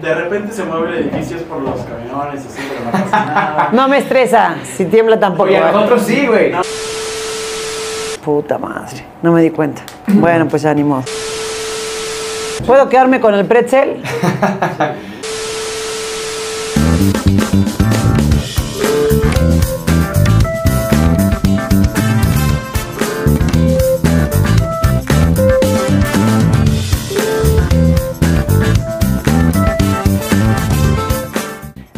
de repente se mueven edificios por los camiones, así, pero no pasa nada. No me estresa, si tiembla tampoco. Porque a nosotros sí, güey. Puta madre, no me di cuenta. Bueno, pues ya ni modo. ¿Puedo quedarme con el pretzel?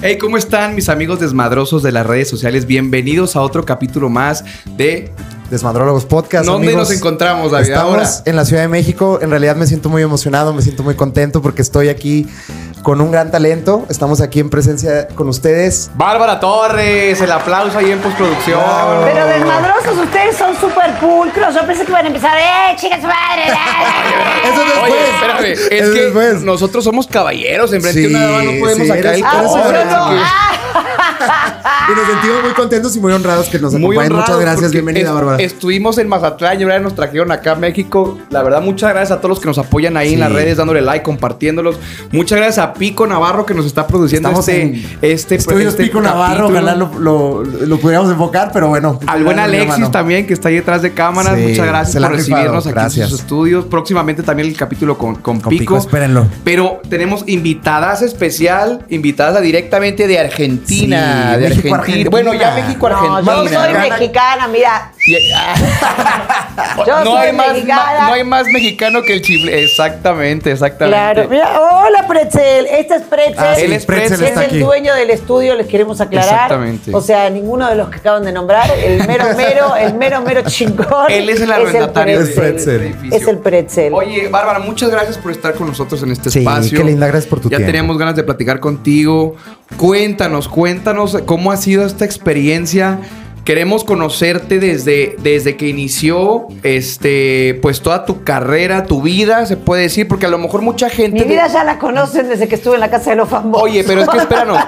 Hey, ¿cómo están mis amigos desmadrosos de las redes sociales? Bienvenidos a otro capítulo más de Desmadrólogos Podcast. ¿Dónde amigos. nos encontramos, David? Estamos Ahora. en la Ciudad de México. En realidad me siento muy emocionado, me siento muy contento porque estoy aquí con un gran talento. Estamos aquí en presencia con ustedes. Bárbara Torres, el aplauso ahí en postproducción. Bravo. Pero desmadrosos, ustedes son súper pulcros. Yo pensé que iban a empezar, ¡eh, chicas, madre! Eso después. Oye, espérame, es Eso que después. nosotros somos caballeros, enfrente de Sí, una dama no podemos sí, sacar eres- el eres ¡Ah, pues cobre. yo no! Ahora, ¡Ah! Y nos sentimos muy contentos y muy honrados este que nos Muy acompañen. honrados Muchas gracias. porque Bienvenida, es- Bárbara. Estuvimos en Mazatlán y ahora nos trajeron acá a México. La verdad, muchas gracias a todos los que nos apoyan ahí en Sí. las redes, dándole like, compartiéndolos. Muchas gracias a Pico Navarro que nos está produciendo Estamos este, en este, Estudios este Pico Navarro. capítulo. Ojalá lo, lo- lo pudiéramos enfocar, pero bueno. Al buen Gracias, mi Alexis hermano. también, que está ahí detrás de cámaras. Sí, Muchas gracias se la por han rifado. recibirnos aquí en Gracias. sus estudios. Próximamente también el capítulo con, con Con Pico. Pico, espérenlo. Pero tenemos invitadas especial, invitadas directamente de Argentina. Sí, de México, Argentina. Argentina. Bueno, ya México, No, Argentina. yo soy Mexicana. mexicana, mira. Y- ah. Yo no, soy hay más, mexicana. ma- no hay más mexicano que el chifle. Exactamente, exactamente. Claro, mira, hola Pretzel, este es Pretzel. Ah, sí, Él es Pretzel Pretzel. es está el aquí. dueño del estudio, les queremos aclarar. Exactamente. O sea, ninguno de los que acaban de nombrar, el mero mero, el mero mero chingón. Él es el arrendatario Es del- Pretzel. del edificio. Es el Pretzel. Oye, Bárbara, muchas gracias por estar con nosotros en este Sí, espacio. qué linda, gracias por tu ya tiempo. teníamos ganas de platicar contigo. Cuéntanos, cuéntanos cómo ha sido esta experiencia. Queremos conocerte desde, desde que inició este, pues toda tu carrera, tu vida, se puede decir, porque a lo mejor mucha gente. Mi vida ya la conocen desde que estuve en la casa de los fanboys. Oye, pero es que espéranos.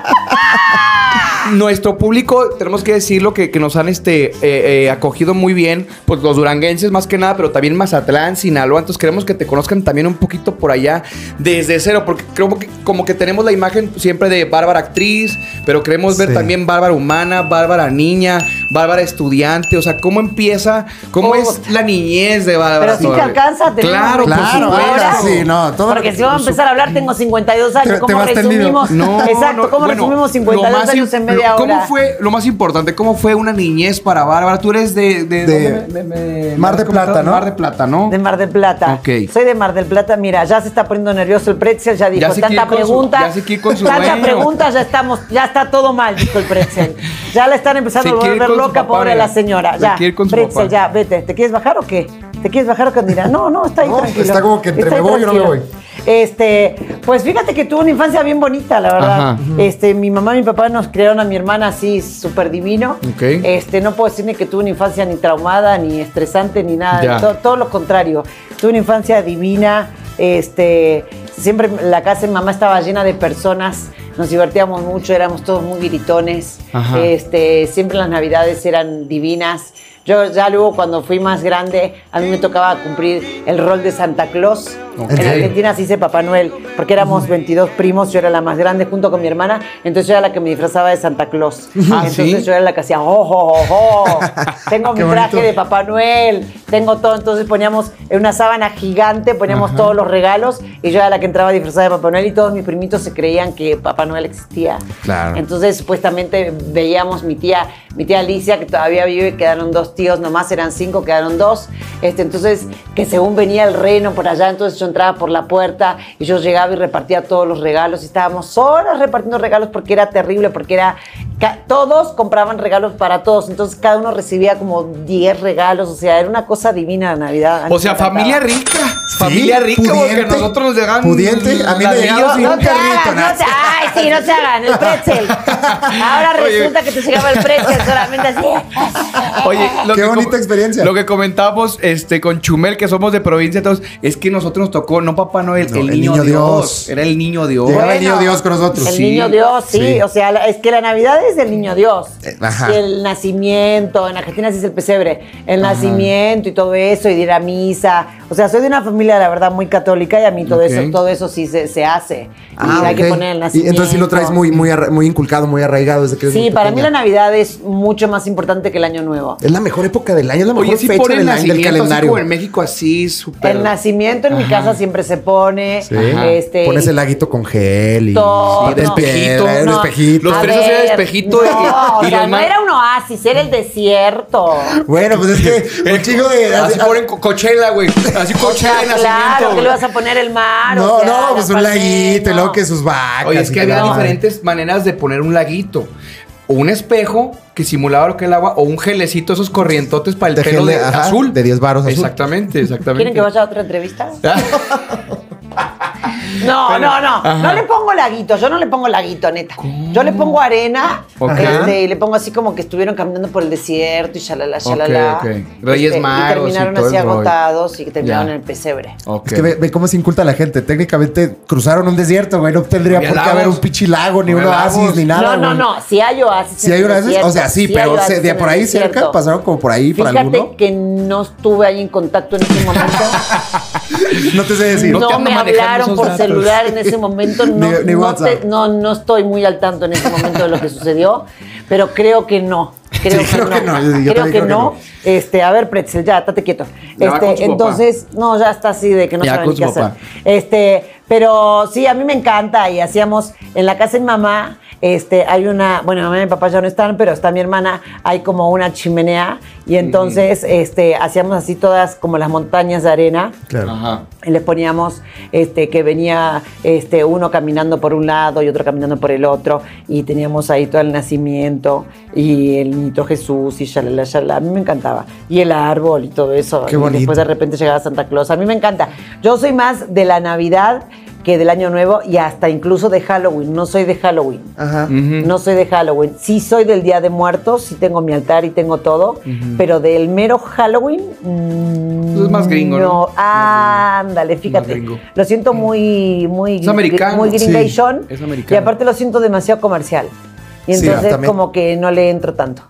Nuestro público, tenemos que decirlo, que, que nos han este, eh, eh, acogido muy bien, pues los duranguenses más que nada, pero también Mazatlán, Sinaloa, entonces queremos que te conozcan también un poquito por allá desde cero, porque creo que como que tenemos la imagen siempre de Bárbara actriz, pero queremos ver Sí. también Bárbara humana, Bárbara niña, Bárbara estudiante, o sea, cómo empieza, cómo Oh. es la niñez de Bárbara. Pero sí te alcanza a tener Claro, una Claro, por computadora. ahora supuesto. sí, no. Todo lo Porque que- si vamos a empezar a hablar, tengo 52 años. Te- te ¿Cómo vas tendido. resumimos? No, Exacto, no, ¿cómo bueno, resumimos lo 52 más años im- en media lo- ¿Cómo hora? fue lo más importante? ¿Cómo fue una niñez para Bárbara? Tú eres de, de, De- ¿dónde me- me- me- Mar me de has comentado? Plata, ¿no? Mar de Plata, ¿no? De Mar del Plata. Ok. Soy de Mar del Plata. Mira, ya se está poniendo nervioso el pretzel. Ya dijo Ya se quiere tanta ir con su- pregunta. ya se quiere ir con su tanta dueño. pregunta, ya estamos, ya está todo mal, dijo el pretzel. Ya la están empezando Se a quiere ir volver con su loca, papá, pobre mira. la señora. Se Ya, quiere ir con su pretzel, papá. ya, vete. ¿Te quieres bajar o qué? ¿Te quieres bajar o qué? Mira, no, no, está ahí No, tranquilo. está como que entre Está ahí me voy o no me tranquilo. voy. Este, pues fíjate que tuvo una infancia bien bonita, la verdad. Ajá. Este, mi mamá y mi papá nos crearon a mi hermana así súper divino. Ok. Este, no puedo decir ni que tuve una infancia ni traumada, ni estresante, ni nada. Ya. To- todo lo contrario. Tuve una infancia divina. Este, siempre la casa de mi mamá estaba llena de personas. Nos divertíamos mucho, éramos todos muy gritones. Ajá. Este, siempre las navidades eran divinas. Yo ya luego cuando fui más grande, a mí me tocaba cumplir el rol de Santa Claus. Ok. En Argentina así hice Papá Noel, porque éramos 22 primos, yo era la más grande junto con mi hermana, entonces yo era la que me disfrazaba de Santa Claus. Ah, entonces ¿sí? yo era la que hacía, "Oh, ojo, ojo, tengo mi Qué bonito. traje de Papá Noel, tengo todo. Entonces poníamos en una sábana gigante, poníamos todos los regalos y yo era la que entraba disfrazada de Papá Noel y todos mis primitos se creían que Papá Noel existía. Claro. Entonces supuestamente veíamos mi tía, mi tía Alicia, que todavía vive, quedaron dos tíos, nomás eran cinco, quedaron dos. Este, entonces, que según venía el reno por allá, entonces yo entraba por la puerta y yo llegaba y repartía todos los regalos. Y estábamos horas repartiendo regalos porque era terrible, porque era... ca- Todos compraban regalos para todos, entonces cada uno recibía como 10 regalos, o sea, era una cosa divina la Navidad. A mí O sea, me encantaba. familia rica. Familia rica, porque pudiente, nosotros nos llegaban. pudiente, a mí me ladrillos llegaba y- sin- No un te carrito, hagan, no Nancy. te, ay, sí, no se hagan, el pretzel. Ahora Oye. resulta que te llegaba el pretzel solamente así. Oye, Qué com- bonita experiencia. Lo que comentábamos este, con Chumel, que somos de provincia, entonces, es que nosotros nos tocó, no Papá Noel, No, el, niño, Dios. Era el niño Dios. Llegaba el niño Dios con nosotros. El Sí, niño Dios, sí. sí. O sea, la- es que la Navidad es del niño Dios. Eh, ajá. Y el nacimiento, en Argentina sí es el pesebre. El nacimiento y todo eso, y de ir a misa. O sea, soy de una familia, la verdad, muy católica y a mí todo Ok. eso, todo eso sí se, se hace. Y Ah, hay que ok. poner el Y entonces sí lo nacimiento. traes muy, muy, arra- muy inculcado, muy arraigado desde que eres Sí, muy para mí la pequeña. Navidad es mucho más importante que el Año Nuevo. Es la mejor época del año, es la mejor Oye, si fecha ponen del, el año, del nacimiento así calendario. como en México así, súper... El nacimiento en mi casa siempre se pone. Sí. Ajá. Este, Pones el laguito con gel y Todo. papel Sí, piedra, despejito, un no. espejito. Los a fresas ver, eran espejito No, y- o y sea, los no man- era un oasis, era el desierto. Bueno, pues es que un chingo de... ah, Así ponen co- Coachella, güey. Así O sea, Coachella de nacimiento, claro, que güey. le vas a poner el mar. o No, sea, no, la pues un parte- laguito y no. luego que sus vacas. Oye, es y que que la había madre. diferentes maneras de poner un laguito. O un espejo que simulaba lo que el agua, o un gelecito, esos corrientotes para el De pelo gel de- de, ajá, azul. de 10 varos azul. Exactamente, exactamente. ¿Quieren que vaya a otra entrevista? Ah, No, no, no. Ajá. No le pongo laguito. Yo no le pongo laguito, neta. Yo le pongo arena. Ok. este, y le pongo así como que estuvieron caminando por el desierto y shalala, shalala. ok. Reyes Magos. Magos y Y terminaron todo así el rollo. agotados y que terminaron Ya. en el pesebre. ok. Es que ve, ve cómo se inculta la gente. Técnicamente cruzaron un desierto, güey. No tendría Había por qué lagos. haber un pinche lago, ni un Había oasis, lagos. ni no, nada. no, güey. no. Si hay oasis. Si hay en el oasis, desierto, o sea, sí, si hay pero oasis se- de en por el ahí desierto. cerca pasaron como por ahí, por Fíjate alguno. que no estuve ahí en contacto en ese momento. No te sé decir. No No, te ando me manejando hablaron esos por datos. celular en ese momento. No, Ni- ni no WhatsApp. te- no, no estoy muy al tanto en ese momento de lo que sucedió, pero creo que no. Creo, Sí, que, creo no. que no, yo- yo creo también que, creo que no. Este, a ver, Pretzel, ya, estate quieto. Ya va con Este, su papá. entonces, no, ya está así de que no Ya sabe con ni qué su hacer. papá. Este, pero sí, a mí me encanta y hacíamos en la casa de mi mamá. Este, hay una, bueno, mi mamá y mi papá ya no están, pero está mi hermana, hay como una chimenea y entonces este, hacíamos así todas como las montañas de arena. Claro. Ajá. Y Les poníamos este, que venía este, uno caminando por un lado y otro caminando por el otro. Y teníamos ahí todo el nacimiento y el niñito Jesús y shalala, shalala. A mí me encantaba. Y el árbol y todo eso. Qué Y bonito. después de repente llegaba Santa Claus. A mí me encanta. Yo soy más de la Navidad que del Año Nuevo y hasta incluso de Halloween. No soy de Halloween. Ajá. No soy de Halloween. Sí soy del Día de Muertos, sí tengo mi altar y tengo todo, pero del mero Halloween... mm, Pues es más gringo, ¿no? Más ándale, fíjate. gringo. Lo siento muy... muy Es americano, Muy gringation. sí, es americano. Y aparte lo siento demasiado comercial. Y Sí, entonces también. como que no le entro tanto.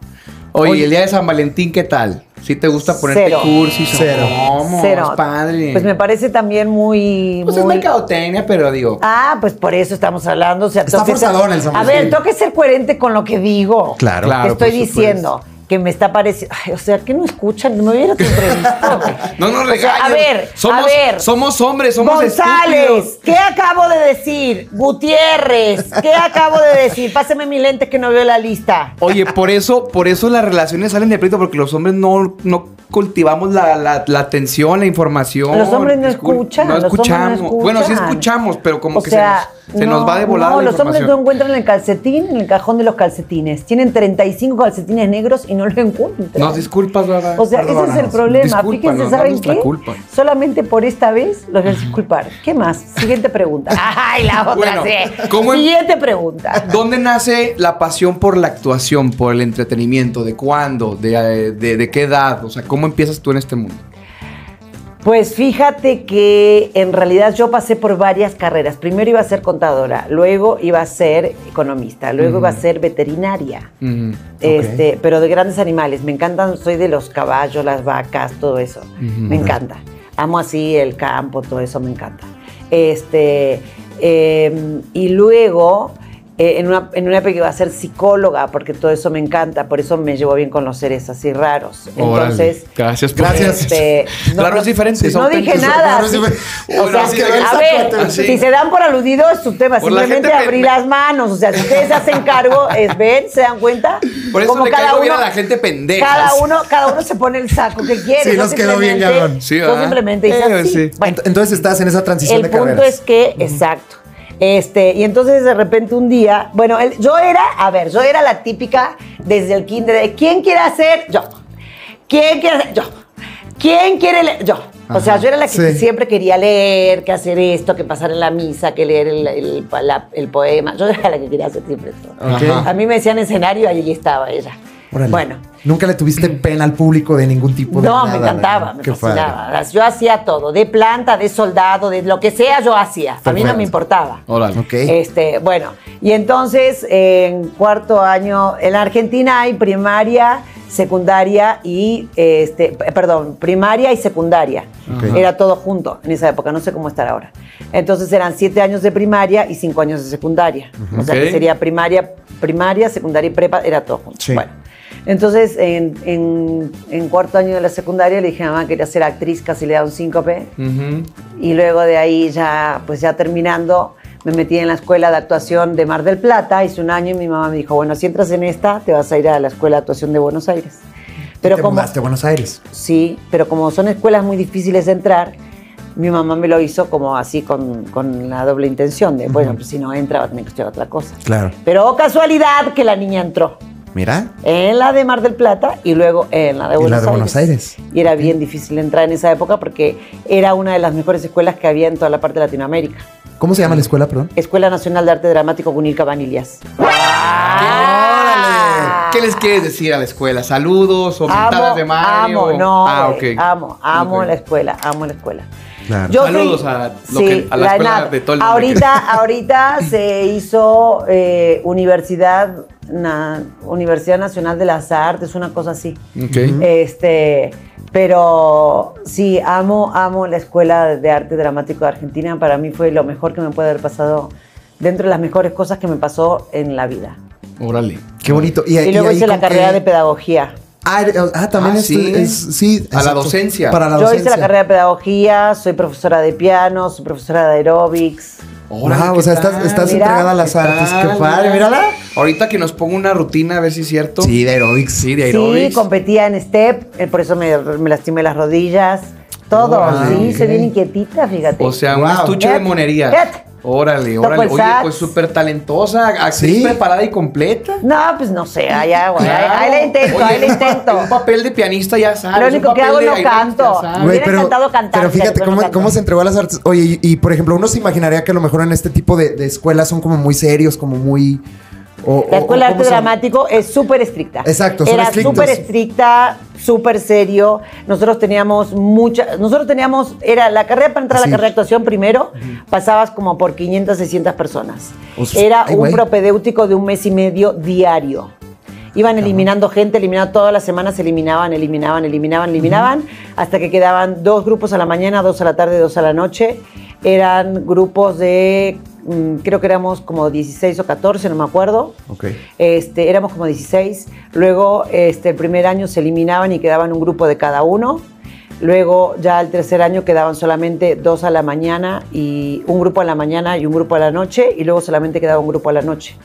Oye, el día de San Valentín, ¿qué tal? ¿Sí te gusta ponerte Cero. cursi? Cero. Somos, Cero. padre. Pues me parece también muy... Pues es muy- mercadotecnia, pero digo... Ah, pues por eso estamos hablando. O sea, Está tengo que ser- forzadón el San A ver, Valentín. tengo que ser coherente con lo que digo. Claro. Claro. Que estoy por supuesto. diciendo que me está pareciendo. Ay, o sea, que no escuchan, no me hubiera entrevistado. No nos O sea, regañes. a ver, somos, a ver. Somos hombres, somos González, estúpidos. ¿qué acabo de decir? Gutiérrez, ¿qué acabo de decir? Pásame mi lente que no veo la lista. Oye, por eso, por eso las relaciones salen de pleito, porque los hombres no, no cultivamos la, la- la atención, la información. Los hombres no Discul- escuchan. No los hombres escuchamos. escuchan. Bueno, sí escuchamos, pero como O que sea, se, nos, se nos no, va de volada No, la los hombres información. no encuentran el calcetín en el cajón de los calcetines. Tienen 35 calcetines negros y no lo encuentran. Nos disculpas, Bárbara. O sea, ese es el Perdónanos. problema. Discúlpanos, Fíjense, no ¿saben es qué? nuestra culpa. Solamente por esta vez los voy a disculpar. ¿Qué más? Siguiente pregunta. Ay, la otra Bueno, sí. ¿cómo em- Siguiente pregunta. ¿Dónde nace la pasión por la actuación, por el entretenimiento? ¿De cuándo? ¿De, eh, de- de qué edad? O sea, ¿cómo empiezas tú en este mundo? Pues fíjate que en realidad yo pasé por varias carreras. Primero iba a ser contadora, luego iba a ser economista, luego iba a ser veterinaria. Ujú. Este, pero de grandes animales. Me encantan, soy de los caballos, las vacas, todo eso. Me encanta. Amo así el campo, todo eso me encanta. Este, eh, y luego, eh, en, una, en una época iba a ser psicóloga, porque todo eso me encanta, por eso me llevo bien con los seres así raros. Entonces, Órale. gracias. por- Gracias. este, Raros diferentes, No dije auténticos. nada. Raros sí. diferentes. O Bueno, sea, sí, sí, a sí. ver, Ah, sí. si se dan por aludido es su tema. Por la Simplemente gente me- abrí las manos. O sea, si ustedes se hacen cargo, es, ¿ven? ¿Se dan cuenta? Por eso le caigo bien a la gente pendeja. Cada uno, cada uno se pone el saco que quiere. Sí, no nos quedó bien, simplemente- cabrón. Sí, no ¿verdad? simplemente hice Eh, así. sí. Bueno, Ent- Entonces estás en esa transición el de punto carreras. es que, exacto. Este, y entonces de repente un día, bueno, él- yo era, a ver, yo era la típica desde el kinder de ¿quién quiere hacer? Yo. ¿Quién quiere hacer? Yo. ¿Quién quiere leer? Yo. O sea, yo era la que sí. siempre quería leer, que hacer esto, que pasar en la misa, que leer el, el- la- el poema. Yo era la que quería hacer siempre todo. Ok. Ajá. A mí me decían escenario, ahí estaba ella. Ah. Órale. Bueno, Nunca le tuviste pena al público de ningún tipo. de no, nada, me encantaba, güey. me Qué padre. fascinaba. Yo hacía todo, de planta, de soldado, de lo que sea, yo hacía. A mí no Perfecto. me importaba. Órale. Ok. Este, bueno, y entonces en cuarto año, en la Argentina hay primaria, secundaria y, eh, este, p- perdón, primaria y secundaria. Ok. Era todo junto en esa época, no sé cómo estar ahora. Entonces eran siete años de primaria y cinco años de secundaria. O sea Ok. que sería primaria, primaria, secundaria y prepa, era todo junto. Sí. Bueno. Entonces, en, en- en cuarto año de la secundaria le dije a mamá que quería ser actriz, casi le da un síncope. Ujú. Y luego de ahí ya, pues ya terminando, me metí en la escuela de actuación de Mar del Plata, hice un año y mi mamá me dijo, bueno, si entras en esta, te vas a ir a la escuela de actuación de Buenos Aires. Pero te como, mudaste a Buenos Aires. sí, pero como son escuelas muy difíciles de entrar, mi mamá me lo hizo como así con, con la doble intención de, bueno, pues si no entra va a tener que estudiar otra cosa. Claro. Pero oh, casualidad que la niña entró Mira. en la de Mar del Plata y luego en la de Y Buenos, la de Buenos Aires. Y era bien difícil entrar en esa época porque era una de las mejores escuelas que había en toda la parte de Latinoamérica. ¿Cómo se llama la escuela, perdón? Escuela Nacional de Arte Dramático Cunil Cabanillas. ¡Ah! ¿Qué les quieres decir a la escuela? Saludos o Amo, mentadas de madre. amo, o- no, Ah, ok. eh, amo, amo Ok. la escuela, amo la escuela. Claro. Saludos a lo que- a la escuela ENAD. de todo el mundo. ahorita, ahorita se hizo eh, Universidad, Na- Universidad Nacional de las Artes, una cosa así. Ok. Este, pero sí, amo, amo la Escuela de Arte Dramático de Argentina. Para mí fue lo mejor que me puede haber pasado, dentro de las mejores cosas que me pasó en la vida. Órale. Qué bonito. Y, Y, luego ahí hice la con qué- carrera de pedagogía. Ah, er- ah, también Ah, es- sí. es- sí, A la exacto. docencia. Para la Yo docencia. hice la carrera de pedagogía, soy profesora de piano, soy profesora de aeróbics. Órale, Wow, ¿qué o sea, estás, tal? estás Mira. entregada a las ¿Qué artes. tal? Qué padre, mírala. Ahorita que nos ponga una rutina, a ver si es cierto. Sí, de aerobics. Sí, de Sí, aerobics. competía en step, eh, por eso me, me lastimé las rodillas. Todo, Órale. sí, soy bien inquietita, fíjate. o sea, un Wow. estuche de Fíjate, monería. fíjate. Órale, Toco órale. el Oye, sax. pues súper talentosa, actriz Sí. preparada y completa. no, pues no sé, ahí, hago, ahí- Claro. ahí la intento, Oye, ahí la un pa- intento. Un papel de pianista ya sabes. Lo un único que papel hago de no bailarina, canto. ya sabes. Güey, Ah, Hubiera encantado cantar, pero fíjate pero no cómo, canto. cómo se entregó a las artes. Oye, y, y, por ejemplo, uno se imaginaría que a lo mejor en este tipo de, de escuelas son como muy serios, como muy. o- La o- escuela o de arte cómo son. dramático es súper estricta. Exacto, son Era estrictos. súper estricta, súper serio. Nosotros teníamos mucha, nosotros teníamos, era la carrera para entrar a Sí. la carrera de actuación primero, pasabas como por 500, 600 personas. O sea, Era ay, un güey. propedéutico de un mes y medio diario. Iban eliminando gente, eliminaban todas las semanas, eliminaban, eliminaban, eliminaban, eliminaban, hasta que quedaban dos grupos a la mañana, dos a la tarde, dos a la noche. Eran grupos de, mm, creo que éramos como 16 o 14, no me acuerdo. Ok. Este, éramos como 16. Luego, este, el primer año se eliminaban y quedaban un grupo de cada uno. Luego, ya el tercer año quedaban solamente dos a la mañana y un grupo a la mañana y un grupo a la noche. Y luego solamente quedaba un grupo a la noche.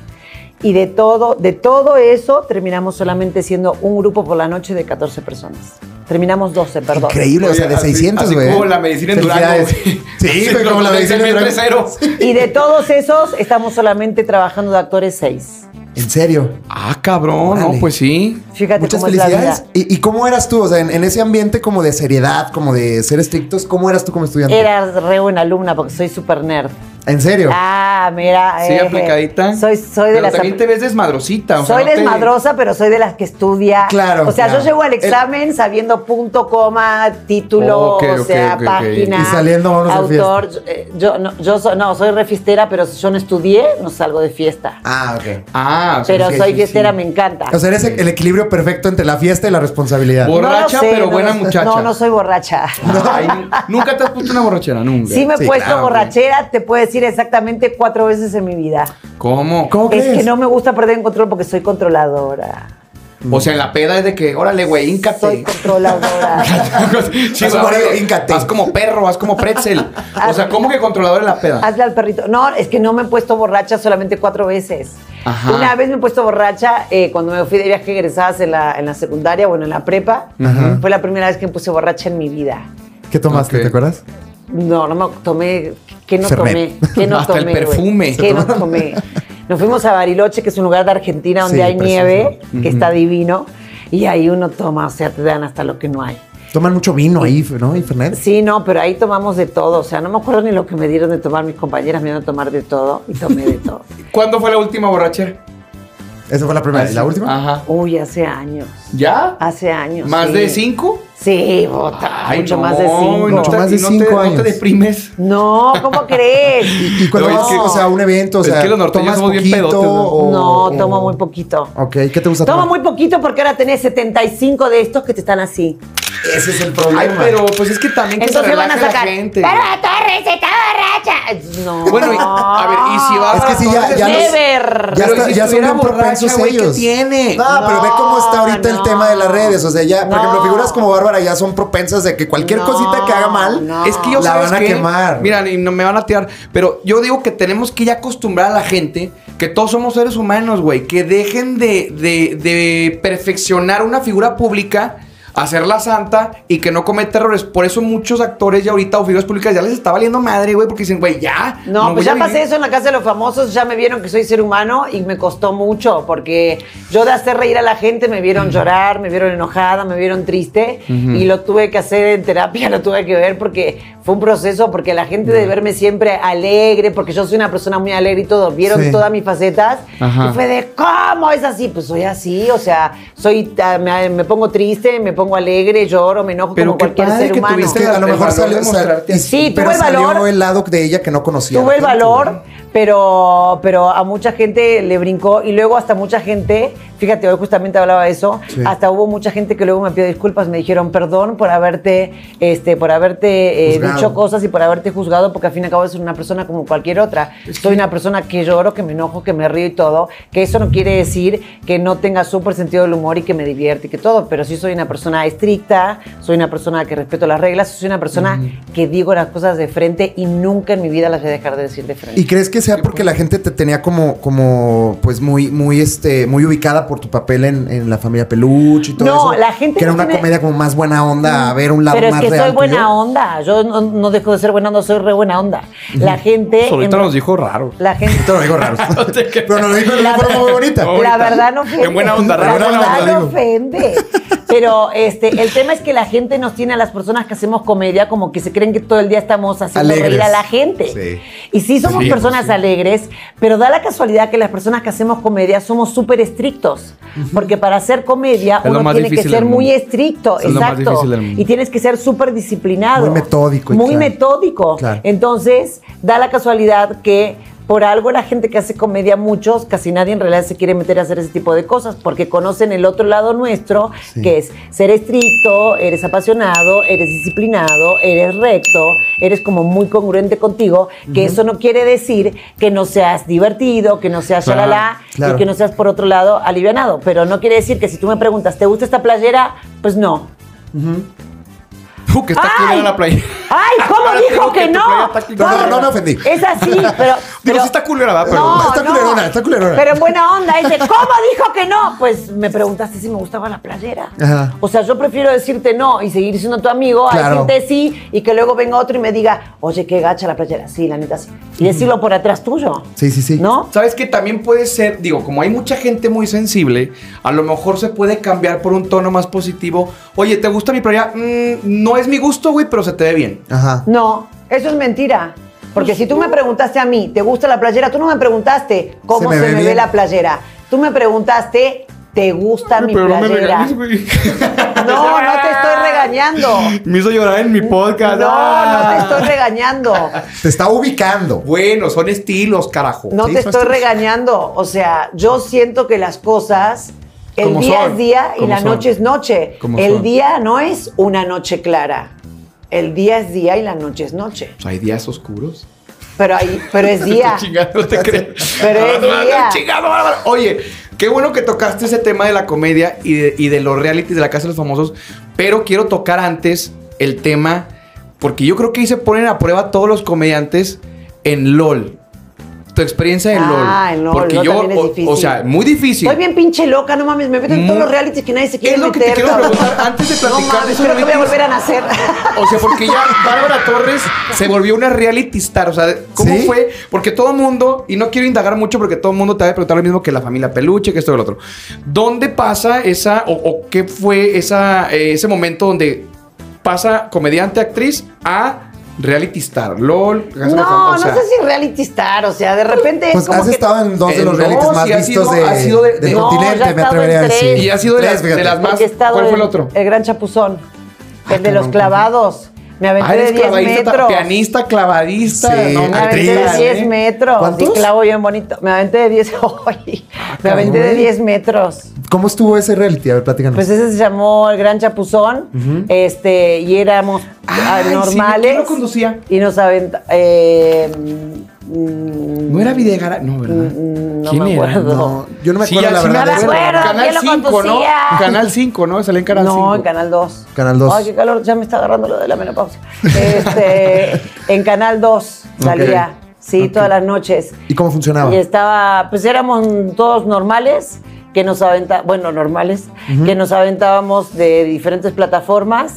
Y de todo, de todo eso, terminamos solamente siendo un grupo por la noche de 14 personas. Terminamos 12, perdón. Increíble, o sea, Oye, de así- 600, así güey. como la medicina en Felicidades. Durango, güey. Sí, güey, como la medicina en Durango. 3-0. Y de todos esos, estamos solamente trabajando de actores 6. En serio. Ah, cabrón, Órale. no, pues sí. Fíjate Muchas cómo es la vida. felicidades. ¿Y, y cómo eras tú? O sea, en, en ese ambiente como de seriedad, como de ser estrictos, ¿cómo eras tú como estudiante? Era re buena alumna porque soy súper nerd. ¿En serio? Ah, mira. Sí, eh, aplicadita. Soy, soy de Pero las. También te ves desmadrosita. o sea, soy no te- desmadrosa, pero soy de las que estudia. Claro, O sea, claro. yo llego al examen sabiendo punto, coma, título, Ok, o ok, sea, ok, ok. página. Y saliendo vamos a autor. Yo, eh, yo no, yo so- no, soy refistera, pero si yo no estudié, no salgo de fiesta. Ah, ok. Ah, o sea, pero sí, soy sí, fiestera, sí. me encanta. O sea, eres el el equilibrio perfecto entre la fiesta y la responsabilidad. Por- No lo borracha, pero no buena lo- muchacha. No, no soy borracha. Ay, nunca te has puesto una borrachera, nunca. Sí me he Sí, puesto claro, borrachera, te puedo decir exactamente cuatro veces en mi vida. ¿Cómo? ¿Cómo Es crees? que no me gusta perder el control porque soy controladora. O sea, en la peda es de que, órale, güey, Soy íncate. controladora. Sí, Haz güey, Mario, órale, híncate. Haz como perro, haz como pretzel. O sea, ¿cómo que controlador en la peda? Hazle al perrito. No, es que no me he puesto borracha solamente cuatro veces. Ajá. Una vez me he puesto borracha eh, cuando me fui de viaje egresadas en la, en la secundaria, bueno, en la prepa. Ajá. Fue la primera vez que me puse borracha en mi vida. ¿Qué tomaste? Ok. ¿Te acuerdas? No, no me tomé. ¿Qué no Fernet. tomé? ¿Qué no Hasta el tomé, güey? perfume. ¿Qué no tomé? Nos fuimos a Bariloche, que es un lugar de Argentina donde Sí, hay precioso. nieve, que está divino, y ahí uno toma, o sea, te dan hasta lo que no hay. Toman mucho vino ahí, ¿no? Y Fernet. Sí, no, pero ahí tomamos de todo. O sea, no me acuerdo ni lo que me dieron de tomar mis compañeras, me dieron a tomar de todo y tomé de todo. ¿Cuándo fue la última borrachera? Ah, Esa fue la primera. ¿Y ¿La última? Ajá. Uy, hace años. ¿Ya? Hace años. ¿Más sí. de cinco? Sí, bota, Ay, mucho no, más de cinco. y no te- Mucho más de y no cinco te- No años. te deprimes. No, ¿cómo crees? Y, y cuando No, es vas, que- o sea, a un evento, o es sea, que los norteños tomas somos bien poquito pedotes, ¿no? o- no, o- tomo muy poquito. Ok, ¿qué te gusta Toma tomar? muy poquito porque ahora tenés 75 de estos que te están así. Ese es el Ay, problema. pero pues es que también que se Entonces van a relaje la sacar. gente. ¡Pero Torres está borracha! No. Bueno, y- a ver, y si va Es que para si ya- todas ya esas- nos- Never. ya Pero está- ¿y ya son estuviera bien propensos borracha, güey, ¿qué ellos. tiene? No, pero ve cómo está ahorita No, el tema de las no. redes. O sea, ya, por ejemplo, No. figuras como Bárbara ya son propensas de que cualquier No, cosita que haga mal. no. Es que yo La sabes van a qué? quemar. Mira, y no me van a tirar. Pero yo digo que tenemos que ya acostumbrar a la gente que todos somos seres humanos, güey. Que dejen de, de- de perfeccionar una figura pública, hacerla santa y que no cometa errores. Por eso muchos actores ya ahorita o figuras públicas ya les está valiendo madre, güey. Porque dicen, güey, ya. No, pues voy ya a vivir. pasé eso en la casa de los famosos, ya me vieron que soy ser humano y me costó mucho, porque yo de hacer reír a la gente me vieron llorar, me vieron enojada, me vieron triste y lo tuve que hacer en terapia, lo tuve que ver porque fue un proceso, porque la gente de verme siempre alegre, porque yo soy una persona muy alegre y todo, vieron Sí. todas mis facetas Ajá. y fue de, ¿cómo es así? Pues soy así, o sea, soy ah, me, me pongo triste, me pongo alegre, lloro, me enojo Pero como qué cualquier padre ser que humano. Es que el a lo mejor Este valor de salió, o sea, mostrarte y- así. Sí, pero tuve el salió valor. el lado de ella que no conocía. Tuve el Tanto, valor, ¿no? pero, pero a mucha gente le brincó y luego hasta mucha gente, fíjate, hoy justamente hablaba de eso, Sí. hasta hubo mucha gente que luego me pidió disculpas, me dijeron perdón por haberte, este, por haberte eh, Juzgado. dicho cosas y por haberte juzgado, porque al fin y al cabo soy una persona como cualquier otra. Soy una persona que lloro, que me enojo, que me río y todo, que eso no quiere decir que no tenga súper sentido del humor y que me divierte y que todo, pero sí soy una persona estricta, soy una persona que respeto las reglas, soy una persona que digo las cosas de frente y nunca en mi vida las voy a dejar de decir de frente. ¿Y crees que sea porque la gente te tenía como, como, pues muy, muy, este, muy ubicada por tu papel en, en la familia Peluche y todo No, eso? la gente Que era no una tiene- comedia como más buena onda, a ver un lado Pero es más que real soy buena tuyo. onda, yo no, no dejo de ser buena onda, soy re buena onda. La gente... Ahorita en- nos dijo raro. La gente... Te lo digo raro. pero no lo digo de una La- forma muy bonita. No, La ahorita. verdad no ofende. En buena onda, la en buena verdad onda, no digo. ofende. Pero este, el tema es que la gente nos tiene a las personas que hacemos comedia como que se creen que todo el día estamos haciendo Alegres. reír a la gente. Sí. Y sí somos Sí, personas alegres, pero da la casualidad que las personas que hacemos comedia somos súper estrictos. Porque para hacer comedia Es lo uno más tiene que difícil ser del muy mundo. estricto, Es lo más exacto. difícil del mundo. Y tienes que ser súper disciplinado. Muy metódico y Muy claro. metódico. Claro. Entonces, da la casualidad que por algo la gente que hace comedia, muchos, casi nadie en realidad se quiere meter a hacer ese tipo de cosas, porque conocen el otro lado nuestro, Sí. que es ser estricto, eres apasionado, eres disciplinado, eres recto, eres como muy congruente contigo, que eso no quiere decir que no seas divertido, que no seas Claro, shalala, claro. y que no seas por otro lado alivianado, pero no quiere decir que si tú me preguntas, ¿te gusta esta playera? Pues no. Uf, que está aquí ¡Ay! en la playa. ¡Ay! ¿Cómo Ahora dijo tengo que, que no? tu playa está- No, no, no me ofendí. Es así, pero. pero- sí está culera, ¿verdad? Pero- No, Está no. culerona, está culerona. Pero en buena onda, dice, ¿cómo dijo que no? Pues me preguntaste si me gustaba la playera. Ajá. O sea, yo prefiero decirte no y seguir siendo tu amigo, Claro. a decirte sí y que luego venga otro y me diga, oye, qué gacha la playera. Sí, la neta sí. Y decirlo por atrás tuyo. Sí, sí, sí. ¿No? Sabes que también puede ser, digo, como hay mucha gente muy sensible, a lo mejor se puede cambiar por un tono más positivo. Oye, ¿te gusta mi playa? Mm, no es mi gusto, güey, pero se te ve bien. Ajá. No, eso es mentira. Porque si tú me preguntaste a mí, ¿te gusta la playera? Tú no me preguntaste cómo Se me se ve me, ve bien. la playera. Tú me preguntaste, ¿te gusta mi pero no me playera? regañes, güey. No, no te estoy regañando. me hizo llorar en mi podcast. No, no Ah. te estoy regañando. Te está ubicando. Bueno, son estilos, carajo. No Sí, te son estoy estilos. regañando. O sea, yo siento que las cosas, el Como día son. es día y Como la son. noche es noche. Como El son. día no es una noche clara. El día es día y la noche es noche. Pues hay días oscuros. Pero, ahí, pero es día. Chingado, no te creas. Pero es Ah, no, no, día. chingado, bárbaro. Oye, qué bueno que tocaste ese tema de la comedia y de, y de los realities de la Casa de los Famosos, pero quiero tocar antes el tema, porque yo creo que ahí se ponen a prueba todos los comediantes en LOL. Tu experiencia en LOL. Ah, en LOL, Porque LOL yo, también es o- o, difícil. sea, muy difícil. Estoy bien pinche loca, no mames, me meto en todos Muy- los realities que nadie se quiere Mm. Es lo que te meter, quiero cabrón. preguntar antes de No platicar de mames, esos creo que voy a realities. volver a nacer. O sea, porque ya Bárbara Torres se volvió una reality star. O sea, ¿cómo ¿Sí? fue? Porque todo mundo, y no quiero indagar mucho porque todo el mundo te va a preguntar lo mismo que la familia Peluche, que esto y lo otro. ¿Dónde pasa esa, o, o qué fue esa, eh, ese momento donde pasa comediante, actriz a reality star? LOL, Casa de los No, Famosos, no o sea, sé si reality star, o sea, de repente Pues es como has que- estado en dos de en los realities dos, más y ha vistos sido- de- ha sido de- del No, ya continente, he me estado atrevería a en tres. decir. Y ha sido de las- fíjate. de las más- Porque he estado ¿Cuál fue en- el otro? El Gran Chapuzón. el de cabrón, los ¿cómo? clavados. Me aventé Ah, de eres 10 clavadista, ta- metros. pianista, clavadista, Sí, no, Me aventé actriz, de 10 ¿eh? metros. ¿Cuántos? Y clavo bien bonito. Me aventé de 10. hoy. Ah, me aventé de ¿eh? cabrón. 10 metros. ¿Cómo estuvo ese reality? A ver, platícanos. Pues ese se llamó El Gran Chapuzón. Este, y éramos Ay, ah, sí, normales. ¿quién lo conducía? Y nos aventamos. No era Videgaray, no, ¿verdad? Mm, no ¿Quién me era? acuerdo. no, yo no me Sí, ya acuerdo la sí me verdad. de acuerdo. eso. acuerdo, ¿quién lo ¿no? conducía? Canal 5, ¿no? Salía en Canal 5. no, en Canal 2. Canal 2. Ay, qué calor, ya me está agarrando lo de la menopausia. Este, en Canal 2 salía, sí, todas las noches. ¿Y cómo funcionaba? Y estaba, pues éramos todos normales, que nos aventa, bueno, normales, que nos aventábamos de diferentes plataformas.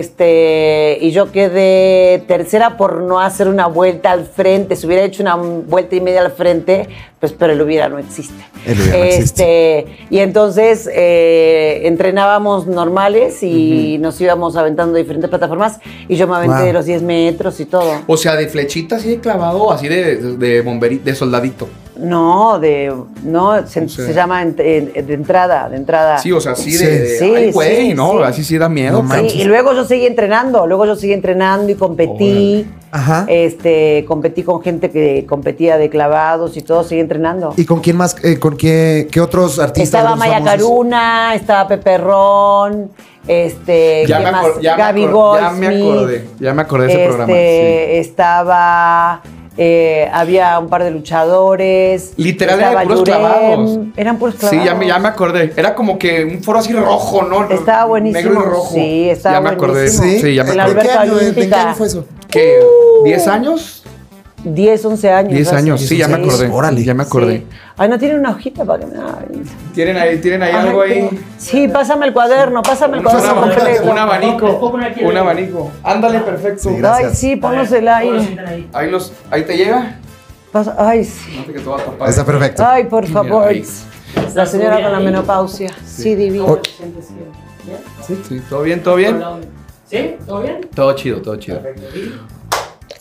Este, y yo quedé tercera por no hacer una vuelta al frente. Si hubiera hecho una vuelta y media al frente, pues, pero el hubiera no existe. El hubiera no este, Y entonces eh, entrenábamos normales y nos íbamos aventando de diferentes plataformas. Y yo me aventé Wow. de los 10 metros y todo. O sea, de flechita así de clavado, así de, de, bomberi- de soldadito. No, de no se, O sea. se llama ent- en- de entrada, de entrada. Sí, o sea, así Sí. de. de- Sí, ay, güey, sí, no, sí. así sí da miedo. No cabrón. manches. Sí, y luego yo seguí entrenando, luego yo seguí entrenando y competí. Ajá. Este, competí con gente que competía de clavados y todo, seguí entrenando. ¿Y con quién más? eh, ¿Con qué, qué otros artistas? estaba los Maya famosos? Caruna, estaba Pepe Ron, este, Ya ¿qué me, más? acor- ya, me Gaby acor- ya me Goldsmith. acordé, ya me acordé de ese Este, programa. sí. Estaba. eh, había un par de luchadores. Literal, eran estaba puros Yurem, clavados. Eran puros clavados. Sí, ya me, ya me acordé. Era como que un foro así rojo, ¿no? Estaba buenísimo. Negro y rojo. Sí, estaba ya me acordé. buenísimo. Uh. Sí, ya me La ¿De acordé. qué Alberta año, de- ¿De qué Olímpica. año fue eso? ¿Qué? ¿10 años? 10, 11 años. 10 hace. años, sí, ya me Sí. acordé. Órale. Ya me acordé. Sí. Ay, no tiene una hojita para que me hagan. ¿Tienen ahí, tienen ahí Ay, algo ahí? tengo- Sí, pásame el cuaderno, pásame el Un cuaderno abanico, completo. un abanico. Un abanico. Ándale, perfecto. Sí, Ay, Gracias. sí, pónosela ahí. Ahí los, ahí te llega. Pasa- Ay, sí. No te que te va a tapar. Está perfecto. Ay, por favor. ahí. La señora con la menopausia. Sí, divino. Oh. Sí, sí, todo bien, todo bien. ¿Sí? ¿Todo bien? Todo chido, todo chido.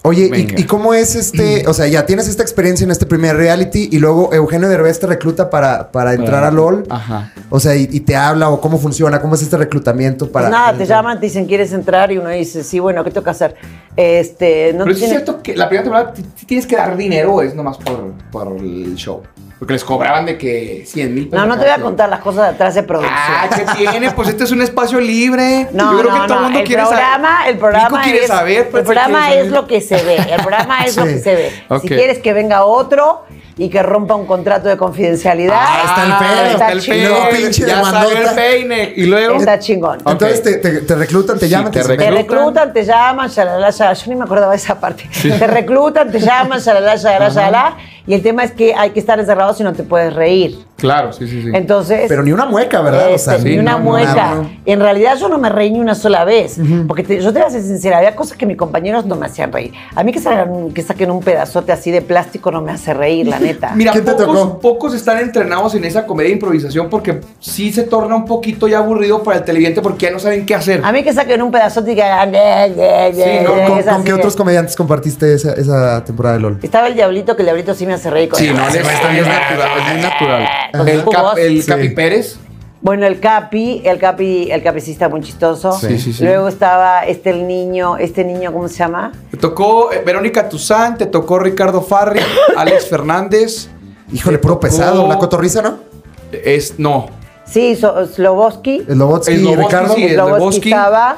Oye, Venga. y, y cómo es este? O sea, ya tienes esta experiencia en este primer reality y luego Eugenio Derbez te recluta para, para entrar a LOL. Ajá. O sea, y, y te habla o cómo funciona, cómo es este reclutamiento para. Pues nada, te llaman, te dicen, ¿quieres entrar? Y uno dice, sí, bueno, ¿qué tengo que hacer? Este, no Pero sí es tiene- cierto que la primera temporada t- t- tienes que dar dinero, o es nomás por, por el show. Porque les cobraban de que 100 mil pesos. No, no te voy cada a contar las cosas de atrás de show. producción. Ah, ¿qué tienes? Pues este es un espacio libre. No, Yo creo no, que todo el no. mundo el quiere programa, saber. el programa Nico quiere es, saber. pues, el Patricia programa quiere es saber. lo que se ve. El programa es lo Sí. que se ve. Ok. Si quieres que venga otro y que rompa un contrato de confidencialidad, Ah, está el pedo, Está el chingón. pedo. peine, No, pinche ya salió demandota. el peine. Y luego. Está chingón. Ok. Entonces te, te- te reclutan, te Sí, llaman, te te, dicen, Te "Ven". reclutan, te llaman, shalala, shalala. Yo ni me acordaba de esa parte. Te reclutan, te llaman, shalala, shalala, shalala. Y el tema es que hay que estar encerrado si no te puedes reír. Claro, sí, sí, sí. Entonces. Pero ni una mueca, ¿verdad? o sea, Este, sí, ni una no, no, mueca. no, no. En realidad yo no me reí ni una sola vez. Porque te- yo te voy a ser sincera, había cosas que mis compañeros no me hacían reír. A mí que, salgan- que saquen un pedazote así de plástico no me hace reír, la neta. Mira, ¿Quién te pocos, tocó? pocos están entrenados en esa comedia de improvisación porque sí se torna un poquito ya aburrido para el televidente porque ya no saben qué hacer. A mí que saquen un pedazote y que hagan... "Eh, eh, eh", no, ¿Con, es con así qué de- otros comediantes compartiste esa, esa temporada de LOL? Estaba el diablito, que el diablito sí me hace reír. Con Sí, él. no, le está bien natural, es muy natural. Con El, sus Cap- Pues jugos. el Sí. Capi Pérez. Bueno, el Capi, el Capi, el Capi sí está muy chistoso. Sí, sí, sí. Luego estaba este el niño, este niño, ¿cómo se llama? Te tocó eh, Verónica Tuzán, te tocó Ricardo Farri, Alex Fernández. Híjole, te puro pesado. tocó- La cotorriza, ¿no? Es, no. Sí, So- Sloboski. El Lobotsky, El Lobotsky, Ricardo. sí, el Sloboski. estaba.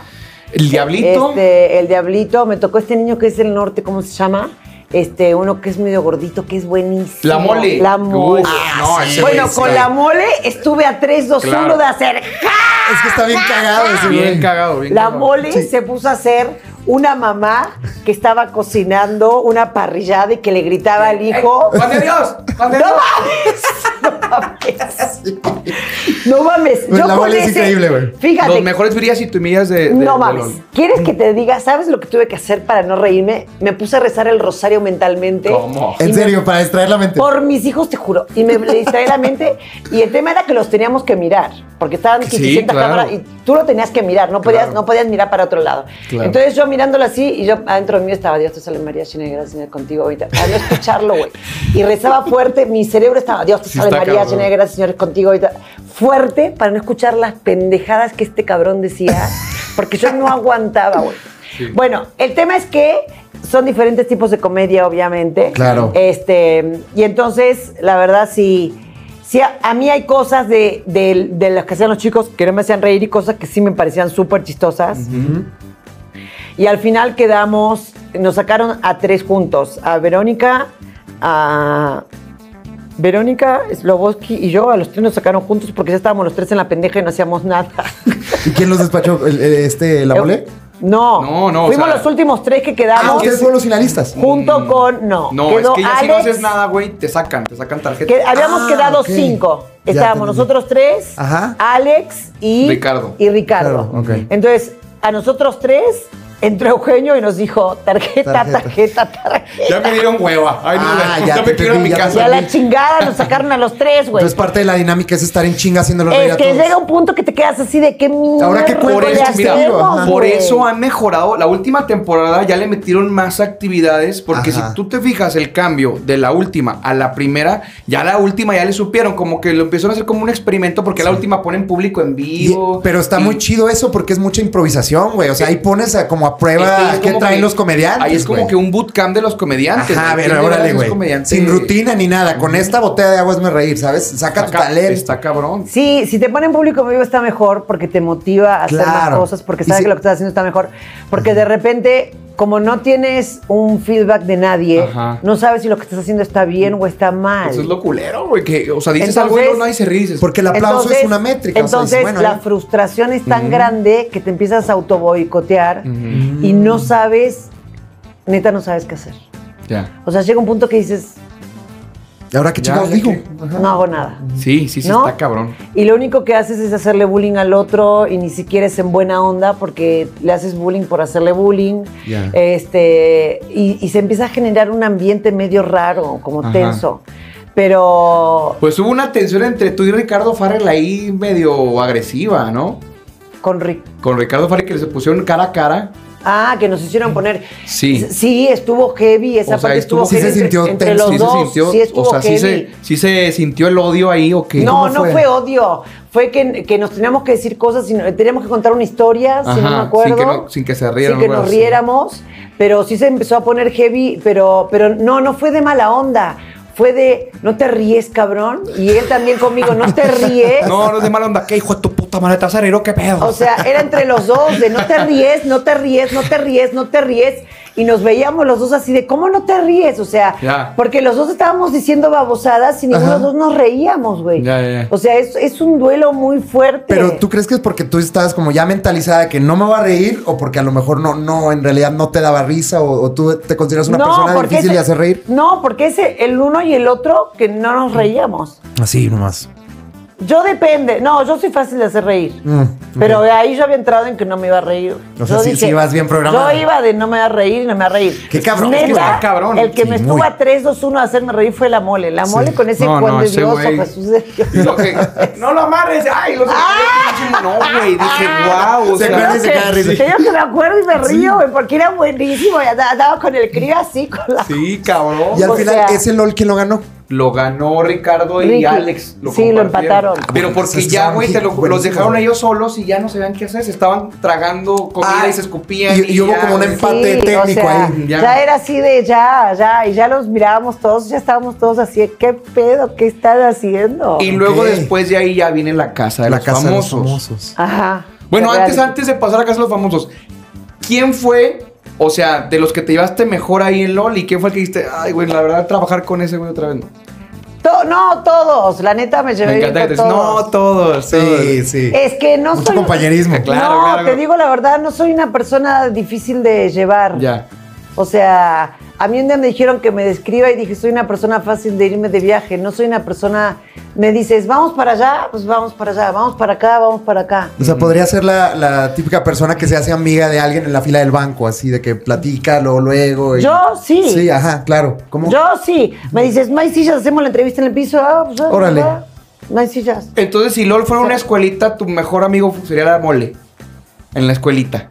El Diablito. Este, el diablito. Me tocó este niño que es del norte, ¿cómo se llama? Este, uno que es medio gordito, que es buenísimo. La Mole. La mole. Uf, no, ese bueno, güey con está- la mole estuve a 3, 2, Claro. 1 de hacer. ¡ja! Es que está bien cagado ese Ah, bien güey. cagado, bien ah, La cagado. mole Sí. se puso a hacer una mamá que estaba cocinando una parrillada y que le gritaba al hijo. ¡Juan de Dios! ¡Juan de ¡No Dios! mames! ¡No mames! No mames. Pues Yo la con mole es ese- increíble, güey. Fíjate. Los mejores brillas y tumillas de, de- no de mames. LOL. ¿Quieres que te diga? ¿Sabes lo que tuve que hacer para no reírme? Me puse a rezar el rosario mentalmente. ¿Cómo? En serio, para distraer la mente. Por mis hijos, te juro. Y me le distraí la mente. Y el tema era que los teníamos que mirar. Porque estaban Sí, 500 claro. cámaras y tú lo tenías que mirar. No podías, no podías mirar para otro lado. Claro. Entonces yo mirándolo así y yo adentro mío estaba Dios te salve María, llena de gracia, Señor, contigo. ahorita. Para no escucharlo, güey. Y rezaba fuerte. Mi cerebro estaba Dios te Sí, salve está María, cabrón. llena de gracia, Señor, contigo. ahorita. Fuerte para no escuchar las pendejadas que este cabrón decía. porque yo no aguantaba, güey. Bueno, el tema es que son diferentes tipos de comedia, obviamente. Claro. Este, y entonces, la verdad, sí. sí, a, a mí hay cosas de, de- de las que hacían los chicos que no me hacían reír y cosas que sí me parecían súper chistosas. Y al final quedamos, nos sacaron a tres juntos, a Verónica, a Verónica, Sloboski y yo, a los tres nos sacaron juntos porque ya estábamos los tres en la pendeja y no hacíamos nada. ¿Y quién los despachó? ¿El- el- ¿Este, la mole? Eh, No, No, no, o Fuimos sea- Mm. los últimos tres que Ah, quedamos ustedes fueron los finalistas. junto con. No, No, quedó es que ya si no Alex, haces nada, güey, te sacan, te sacan tarjeta. que habíamos Ah, quedado ok. cinco. Ya Estábamos entendí. nosotros tres, Ajá. Alex y Ricardo. Y Ricardo. Claro, ok. Entonces, a nosotros tres entró Eugenio y nos dijo: tarjeta, Tarjeta. tarjeta, tarjeta. Ya me dieron hueva. Ay, no, Ah, ya, ya te me quiero ir a mi entendí, ya Y casa. a la chingada nos sacaron a los tres, güey. Entonces parte de la dinámica es estar en chinga haciéndolo reír Es a que todos. llega un punto que te quedas así de qué mierda. Ahora que Por Pero le eso, ya mira, hacemos, por güey? eso han mejorado. La última temporada ya le metieron más actividades. Porque Ajá. si tú te fijas el cambio de la última a la primera, ya la última ya le supieron. Como que lo empezaron a hacer como un experimento. Porque la última ponen público en Y- vivo. pero está y- este muy chido eso porque es mucha improvisación, güey. O sea, ahí pones a- como a prueba Entonces, qué como traen que- los comediantes. Ahí es como güey. que un bootcamp de los comediantes. Ajá, ¿no? a ver, ¿Quién de verdad órale, es güey. comediante? Sin rutina ni nada. Con esta botella de agua es me reír, ¿sabes? Saca tu Está, ca- talento. está cabrón. Sí, si te ponen público en vivo está mejor porque te motiva a hacer más Claro. cosas, porque Y sabes si- que lo que estás haciendo está mejor. Porque de repente, como no tienes un feedback de nadie, Ajá. no sabes si lo que estás haciendo está bien o está mal. Eso es lo culero, güey. Que, o sea, dices Entonces- algo y luego nadie se ríe. dices, Porque el aplauso Entonces- es una métrica. o sea, Entonces, dices, bueno, la ya. frustración es tan grande que te empiezas a autoboicotear y no sabes, neta, no sabes qué hacer. Ya. O sea, llega un punto que dices, ¿Y ahora qué Ya, chingados ya digo? que- Ajá. no hago nada. Sí, sí, sí, ¿No? está cabrón. Y lo único que haces es hacerle bullying al otro y ni siquiera es en buena onda porque le haces bullying por hacerle bullying. Ya. Este, y, y se empieza a generar un ambiente medio raro, como Ajá. tenso. Pero Pues hubo una tensión entre tú y Ricardo Farrell ahí medio agresiva, ¿no? con Rick. Con Ricardo Farrell que se pusieron cara a cara. Ah, que nos hicieron poner. Sí. S- Sí, estuvo heavy. Esa O sea, parte estuvo- estuvo, sí se heavy. sintió entre, entre tenso, los sí dos. se sintió, sí estuvo o sea, sí heavy. se, sí se sintió el odio ahí o qué. No, ¿Cómo no fue? fue odio. Fue que, que nos teníamos que decir cosas, y no- teníamos que contar una historia, si no Ajá, me acuerdo. sin que no- sin que se rieran, Sin que algo nos así. riéramos, pero sí se empezó a poner heavy, pero, pero no, no fue de mala onda. Fue de, no te ríes, cabrón. Y él también conmigo, no te ríes. No, no es de mala onda. ¿Qué hijo de tu puta madre trasero? ¿Qué pedo? O sea, era entre los dos, de no te ríes, no te ríes, no te ríes, no te ríes. Y nos veíamos los dos así de, ¿cómo no te ríes? O sea, Ya. porque los dos estábamos diciendo babosadas y ninguno de Ajá. los dos nos reíamos, güey. Ya, ya, ya. O sea, es, es un duelo muy fuerte. Pero tú crees que es porque tú estabas como ya mentalizada de que no me va a reír o porque a lo mejor no, no, en realidad no te daba risa o, o tú te consideras una persona porque difícil de ese- hacer reír. No, porque es el uno y el otro que no nos reíamos. Así nomás. Yo depende. No, yo soy fácil de hacer reír. Mm, ok. Pero ahí yo había entrado en que no me iba a reír. O sea, Yo sí- sí ibas bien programada. Yo iba de no me va a reír y no me va a reír. Qué cabrón, Neta, es que está cabrón. El que me Sí, estuvo muy. a 3, 2, 1 a hacerme reír fue la mole. La mole con ese No, cuento no, ese dioso, güey. Jesús de Dios. Y lo que- no lo amarres. Ay, lo No, güey. Dije, wow. O ¿Se sea, acuerdan Creo de ese que- cada risa? que yo que me acuerdo y me río, güey, porque era buenísimo. Y andaba, andaba con el crío así, con la... Sí, cabrón. Y al O final, sea- ¿es el LOL quien lo ganó? Lo ganó Ricardo y Ricky. Alex. Sí, lo compartieron. empataron. Pero Pues porque es ya, que güey, te lo- buenísimo. los dejaron ellos solos y ya no sabían qué hacer. Se estaban tragando comida Ah, y se escupían. y- y hubo ya, como un güey. empate. técnico ahí, ya. ya. era así de ya, ya, y ya los mirábamos todos, ya estábamos todos así, de, ¿qué pedo? ¿Qué están haciendo? Y luego Ok. después de ahí ya viene la casa de la los casa famosos. de los famosos. Ajá. Bueno, de antes, reality. antes de pasar a casa de los famosos, ¿quién fue, o sea, de los que te llevaste mejor ahí en LOL y quién fue el que dijiste, ay, güey, la verdad, trabajar con ese güey otra vez no? To- no, todos, la neta me llevé Me encanta que bien te con dices, todos. no, todos. Sí, todos". sí. Es que no Mucho soy compañerismo. Claro, no, claro, te claro. digo la verdad, no soy una persona difícil de llevar. Ya. O sea, a mí un día me dijeron que me describa y dije, soy una persona fácil de irme de viaje, no soy una persona me dices, "Vamos para allá", pues vamos para allá, vamos para acá, vamos para acá. O sea, podría ser la, la típica persona que se hace amiga de alguien en la fila del banco, así de que platica luego, luego. y- Yo sí. Sí, ajá, claro. ¿Cómo? Yo sí. Me dices, no hay sillas, hacemos la entrevista en el piso. Ah, pues, ah, Órale. ah, No hay sillas. Entonces, si LOL fuera una escuelita, tu mejor amigo sería la mole. En la escuelita.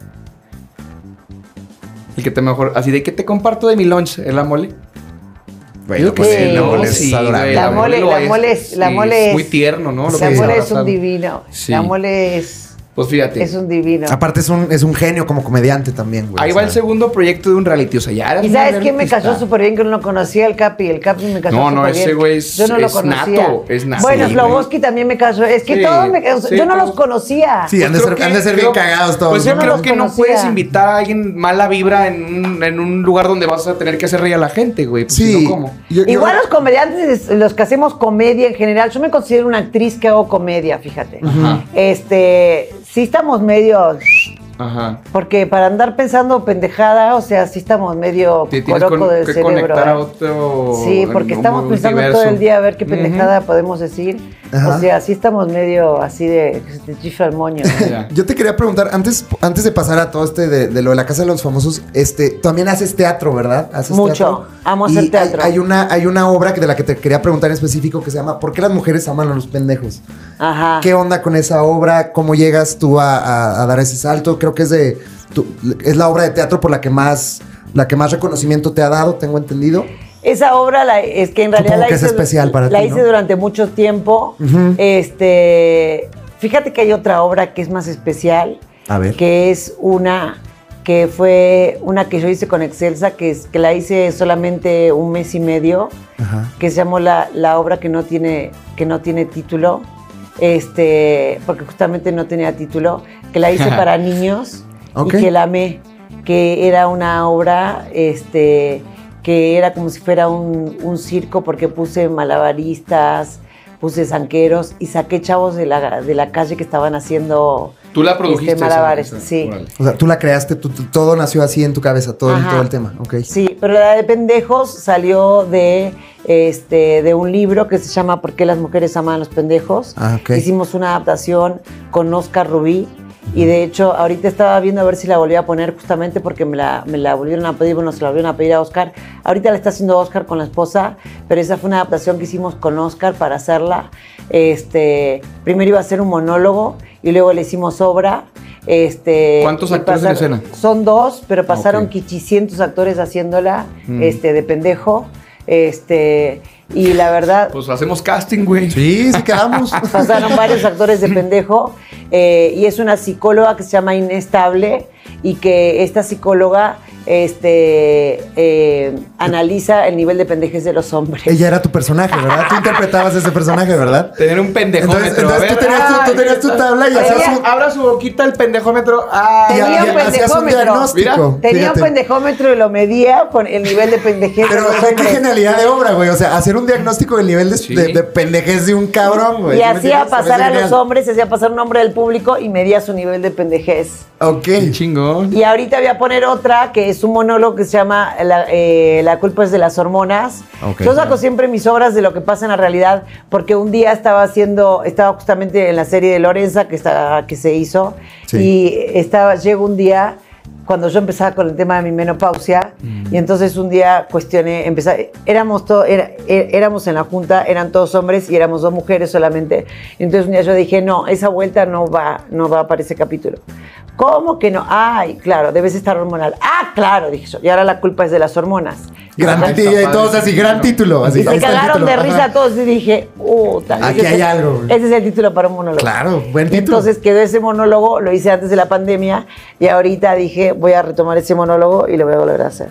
El que te mejor. Así de que te comparto de mi lunch, ¿es la mole? Bueno, pues sí, la No, mole es adorable. güey, La mole- lo la mole es- la mole muy es- tierno, ¿no? Lo Sí. que La se mole es abrazan. un divino. Sí. La mole es. Pues fíjate. Es un divino. Aparte es un, es un genio como comediante también, güey. Ahí o va sea. el segundo proyecto de un reality. O sea, ya eras ¿Y una sabes quién me artista. cayó súper bien? Que no lo conocía, el Capi. El Capi me cayó No, súper no, ese bien. güey es- Yo no lo es conocía. nato, es nato, Bueno, güey. Sloboski también me cayó. Es que Sí, todos me cayó- sí, Yo no todos. los conocía. Sí, han de Pues ser, creo han de que- ser creo- bien cagados todos. Pues yo ¿no? creo Los que no conocía. puedes invitar a alguien mala vibra en un, en un lugar donde vas a tener que hacer reír a la gente, güey. Pues, si Sí. no, ¿cómo? Yo- yo- Igual los comediantes, los que hacemos comedia en general, yo me considero una actriz que hago comedia, fíjate. Ajá. Este, sí estamos medio, Ajá. porque para andar pensando pendejada, o sea, sí estamos medio Te tienes coroco con- del que cerebro. conectar a ¿eh? otro. Sí, porque en un estamos pensando todo universo. el día a ver qué Ujú. pendejada podemos decir. Ajá. O sea, sí estamos medio así de, de chifra al moño. ¿no? Ya. Yo te quería preguntar, antes, antes de pasar a todo este de, de lo de la Casa de los Famosos, este, también haces teatro, ¿verdad? Haces Mucho. teatro. Amo Y hacer hay- teatro. Hay, una, hay una obra que- de la que te quería preguntar en específico que se llama ¿Por qué las mujeres aman a los pendejos? Ajá. ¿Qué onda con esa obra? ¿Cómo llegas tú a, a- a dar ese salto? Creo que es de tu- es la obra de teatro por la que más la que más reconocimiento te ha dado, tengo entendido. Esa obra la- es que en realidad Supongo la que es hice, especial para la ti, hice ¿no? durante mucho tiempo. Ujú. Este, fíjate que hay otra obra que es más especial, A ver. que es una que fue una que yo hice con Excelsa, que es que la hice solamente un mes y medio, Ajá. que se llamó la, la obra que no tiene que no tiene título, este, porque justamente no tenía título, que la hice para niños Ok. y que la amé, que era una obra, este, que era como si fuera un, un circo porque puse malabaristas, puse zanqueros y saqué chavos de la, de la calle que estaban haciendo Tú la produjiste. este, malabares, esa- esa- sí. órale. O sea, tú la creaste, tú- tú- todo nació así en tu cabeza, todo, el- Ajá. todo el tema. Ok. Sí, pero la de pendejos salió de, este, de un libro que se llama ¿Por qué las mujeres aman a los pendejos? Ah, ok. Hicimos una adaptación con Oscar Rubí y de hecho ahorita estaba viendo a ver si la volvía a poner justamente porque me la, me la volvieron a pedir, bueno, se la volvieron a pedir a Oscar. Ahorita la está haciendo Oscar con la esposa, pero esa fue una adaptación que hicimos con Oscar para hacerla. Este, primero iba a ser un monólogo y luego le hicimos obra. Este, ¿Cuántos y actores en pasar- escena? Son dos, pero pasaron Ok. 800 actores haciéndola, Mm. este, de pendejo, este, y la verdad, Pues hacemos casting, güey. Sí, sí quedamos. pasaron varios actores de pendejo, eh, y es una psicóloga que se llama Inestable, y que esta psicóloga, este, eh, analiza el nivel de pendejez de los hombres. Ella era tu personaje, ¿verdad? Tú interpretabas ese personaje, ¿verdad? Tener un pendejómetro. Entonces- entonces a ver. tú tenías tu- tú Ay, tenías tu tabla y abra hacías su- un- Abra su boquita el pendejómetro. Ah, Y- Tenía y- un y hacías un pendejómetro. diagnóstico. Tenía fíjate. un pendejómetro y lo medía con el nivel de pendejez de Pero los ve qué hombres. genialidad de obra, güey. O sea, hacer un diagnóstico del nivel de, Sí. de- de pendejez de un cabrón, güey. Y ¿Sí me hacía entiendes? pasar a Parece los genial. hombres, hacía pasar un hombre del público y medía su nivel de pendejez. qué Ok. chingón. Y ahorita voy a poner otra que es un monólogo que se llama La, eh, La culpa es de las hormonas. Ok. Yo saco siempre mis obras de lo que pasa en la realidad, porque un día estaba haciendo, estaba justamente en la serie de Lorenza que, está, que se hizo, Sí. y estaba, llegó un día cuando yo empezaba con el tema de mi menopausia, Mm. y entonces un día cuestioné, empecé, éramos, todo, era- é- éramos en la junta, eran todos hombres y éramos dos mujeres solamente. Y entonces un día yo dije, no, esa vuelta no va, no va para ese capítulo. ¿Cómo que no? Ay, claro, debes estar hormonal. Ah, claro, dije yo. Y ahora la culpa es de las hormonas. Gran Ajá. título. Y todos así, gran título. Así, y se ahí está el cagaron de título. risa Ajá. todos y dije, puta. Aquí ese es el- hay algo, güey. Ese es el título para un monólogo. Claro, buen Y título. Entonces quedó ese monólogo, lo hice antes de la pandemia y ahorita dije, voy a retomar ese monólogo y lo voy a volver a hacer.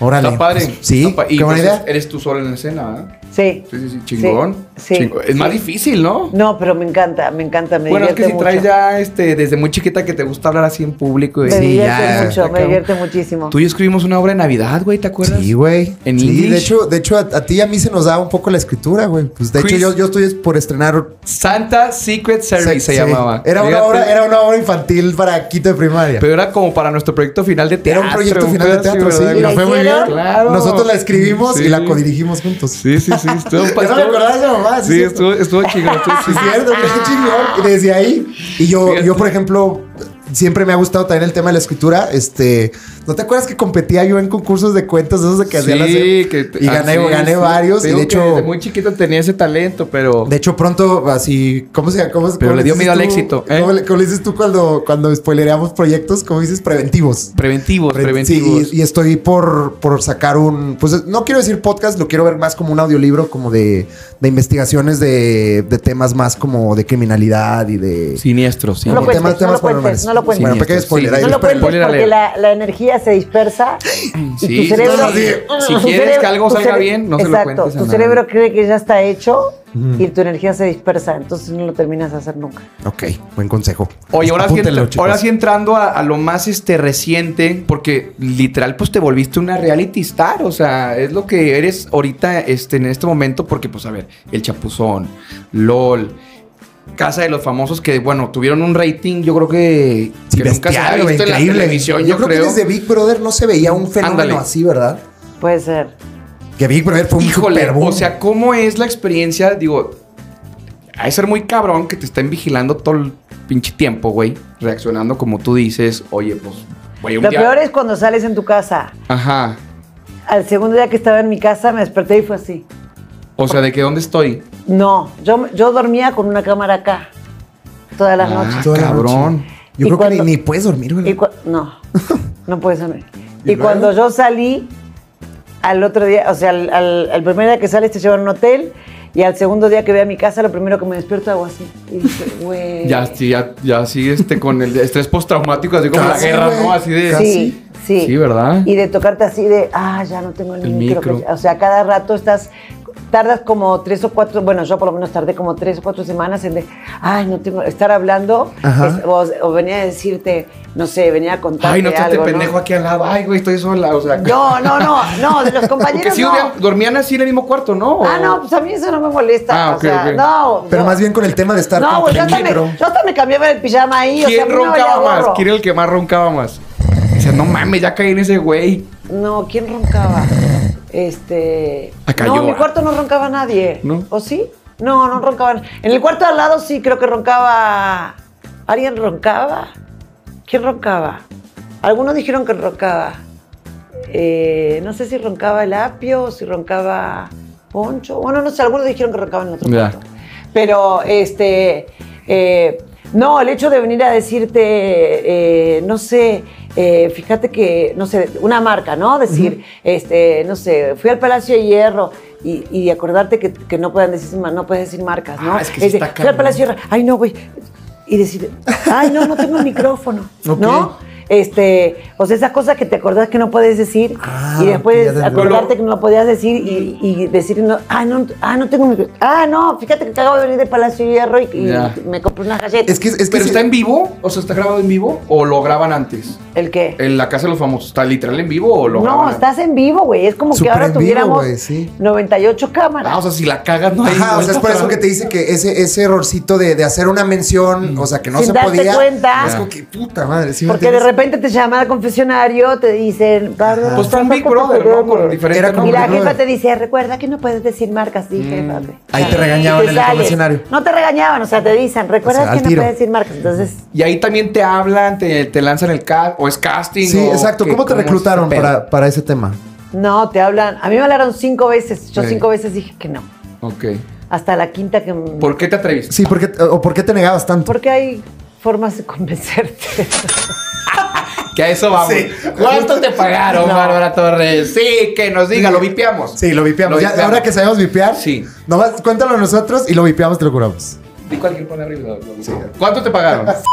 Órale. Está padre. Sí, Está pa- y qué buena entonces idea. Eres tú solo en la escena, ¿verdad? Sí. Sí, sí, sí. Chingón. Sí, sí, Chingo- Es más difícil, ¿no? No, pero me encanta, me encanta, me bueno, es divierte que si mucho. traes ya este, desde muy chiquita que te gusta hablar así en público. Y, me Sí, divierte ya, mucho, está me cabrón. divierte muchísimo. Tú y yo escribimos una obra de Navidad, güey, ¿te acuerdas? Sí, güey. ¿En sí, English? de hecho, de hecho a, a ti y a mí se nos da un poco la escritura, güey. Pues de Chris- hecho yo, yo estoy por estrenar Santa Secret Service se Sí. llamaba. Era una, Fíjate. obra, era una obra infantil para quinto de primaria. Pero era como para nuestro proyecto final de era teatro. un proyecto final de pedo así, teatro, sí. ¿verdad? y nos ¿La fue muy bien. hicieron? Claro. Nosotros la escribimos Sí. y la codirigimos juntos. Sí, sí, sí. Estuvo, Yo no me acordaba de esa mamá. Sí, estuvo, estuvo chingón. estuvo Sí, es chingón. cierto, güey, qué chingón. Y Desde ahí. Y yo, Fíjate. yo, por ejemplo, siempre me ha gustado también el tema de la escritura. Este, ¿No te acuerdas que competía yo en concursos de cuentas esos de que hacían las- y gané, ah, sí, gané sí. varios. Te Y digo de que hecho, desde muy chiquito tenía ese talento, pero de hecho, pronto, así, ¿cómo se cómo, Pero cómo le dio dices miedo al tú- éxito, ¿eh? ¿cómo, le, cómo le dices tú cuando, cuando spoilereamos proyectos? ¿Cómo dices preventivos? preventivos, Pre- preventivos. Sí, y, y estoy por, por sacar un. Pues no quiero decir podcast, lo quiero ver más como un audiolibro, como de, de investigaciones de, de temas más como de criminalidad y de. Siniestros, sí. No lo Como cuentes, no lo cuentes, paranormales. no lo cuentes. Bueno, pequeño Sí, spoiler. ahí No lo espérenlo. cuentes Spoiler porque alert. la, la energía se dispersa y Sí, tu cerebro... entonces, si- tu si quieres cerebro- que algo tu salga cere- bien, no se lo Exacto, cuentes a tu nadie. cerebro cree que ya está hecho y tu energía se dispersa, entonces no lo terminas de hacer nunca. Ok, buen consejo. Oye, ahora sí, Apúntenlo, entra- chicos. ahora sí entrando a, a lo más este reciente, porque literal pues te volviste una reality star, o sea, es lo que eres ahorita este, en este momento, porque pues a ver, El Chapuzón, LOL, Casa de los Famosos, que bueno, tuvieron un rating yo creo que, Sí, que nunca se bestial, había güey, visto en la increíble. televisión, yo, creo. que desde Big Brother no se veía un fenómeno Ándale. así, ¿verdad? Puede ser. Que Big Brother fue un Híjole, super boom. o sea, ¿cómo es la experiencia? Digo, hay que ser muy cabrón que te estén vigilando todo el pinche tiempo, güey, reaccionando como tú dices, oye, pues, güey, un Lo día... peor es cuando sales en tu casa. Ajá. Al segundo día que estaba en mi casa me desperté y fue así. O sea, ¿de qué dónde estoy? No, yo, yo dormía con una cámara acá todas las Ah, noches. Toda la cabrón. noche. Yo Y creo que cuando- ni, ni puedes dormir, Y ¿verdad? cua- no, no puedes dormir. ¿Y Y, luego? cuando yo salí, al otro día, o sea, al, al- al primer día que sales te llevan a un hotel y al segundo día que voy a mi casa, lo primero que me despierto hago así. Y dije, güey. Ya, sí, ya, ya sí, este, con el estrés postraumático, así como Casi, la guerra, güey. ¿no? Así de... Sí, sí. Sí, ¿verdad? Y de tocarte así de, ah, ya no tengo el, El micro. micro. que- O sea, cada rato estás, tardas como tres o cuatro, bueno, yo por lo menos tardé como tres o cuatro semanas en de, ay, no tengo, estar hablando, Ajá. es- o, o venía a decirte, no sé, venía a contarte Ay, no te algo, pendejo aquí al lado. Ay, güey, estoy sola, o sea... No, no, no, no, de los Porque compañeros sí no. dormían- dormían así en el mismo cuarto, ¿no? Ah, no, pues a mí eso no me molesta. Ah, o ok, sea, ok. no. Pero yo- más bien con el tema de estar No, con güey, yo hasta, me, peligro. yo hasta me cambiaba el pijama ahí. o sea, a ¿Quién mí no me valía roncaba más? gorro. ¿Quién era el que más roncaba más? Dice, no mames, ya caí en ese güey. No, ¿quién roncaba? Este. Acá no, yo. en mi cuarto no roncaba nadie. ¿No? ¿O sí? No, no roncaban. En el cuarto al lado sí creo que roncaba. ¿Alguien roncaba? ¿Quién roncaba? Algunos dijeron que roncaba. Eh, no sé si roncaba el apio o si roncaba Poncho. Bueno, no sé, algunos dijeron que roncaban en otro Ya. cuarto. Pero, este, eh, no, el hecho de venir a decirte, eh, no sé, eh, fíjate que, no sé, una marca, ¿no? Decir, este, no sé, fui al Palacio de Hierro y, y acordarte que, que no, pueden decir, ma- no puedes decir marcas, ¿no? Ah, es que sí de, está fui al cabrón. Palacio de Hierro, ay, no, güey. Y decir, ay, no, no tengo micrófono, ¿no? Este, o sea, esas cosas que te acordás que no puedes decir Ah, y después ya te entendí. acordarte que no lo podías decir y, y decir, no, ah, no, ah, no tengo micro- Ah, no, fíjate que acabo de venir de Palacio de Hierro y, y Ya. me compré unas galletas. Es que, es que ¿Pero sí- está en vivo? O sea, ¿está grabado en vivo? ¿O lo graban antes? ¿El qué? ¿En la casa de los famosos? ¿Está literal en vivo o Eh, lo graban no, antes? estás en vivo, güey. Es como que Súper ahora en vivo, tuviéramos güey, sí. 98 cámaras. Ah, o sea, si la cagas no hay... Ajá, o sea, es por eso que te dice que ese, ese errorcito de, de hacer una Mm. mención, o sea, que no Sin se darte podía. cuenta. Es como que puta madre. ¿sí me porque de repente entiendes? te llama al confesionario, te dicen... Pablo, Pues fue un Big Brother, ¿no? Con diferente Era como Y la Big jefa Brother. te dice, recuerda que no puedes decir marcas, dije, padre. Ahí te Y regañaban en el sales. confesionario. No te regañaban, o sea, te dicen, recuerda O sea, al que no tiro. puedes decir marcas. Entonces, Y ahí también te hablan, te, te lanzan el cast, o es casting. Sí, o exacto. qué- ¿Cómo te es ese reclutaron pedo? para, para ese tema? No, te hablan. A mí me hablaron cinco veces. Yo Sí. cinco veces dije que no. Ok. Hasta la quinta que. m- ¿Por qué te atreviste? Sí, ¿por qué, ¿o por qué te negabas tanto? Porque hay formas de convencerte. Que a eso vamos. ¿Cuánto te pagaron, No. Bárbara Torres? Sí, que nos diga, lo vipiamos. Sí, lo vipeamos. Ya, ahora que sabemos vipear, Sí. nomás cuéntalo a nosotros y lo vipeamos, te lo curamos. Di cualquier palabra y lo- lo- ¿Cuánto te pagaron?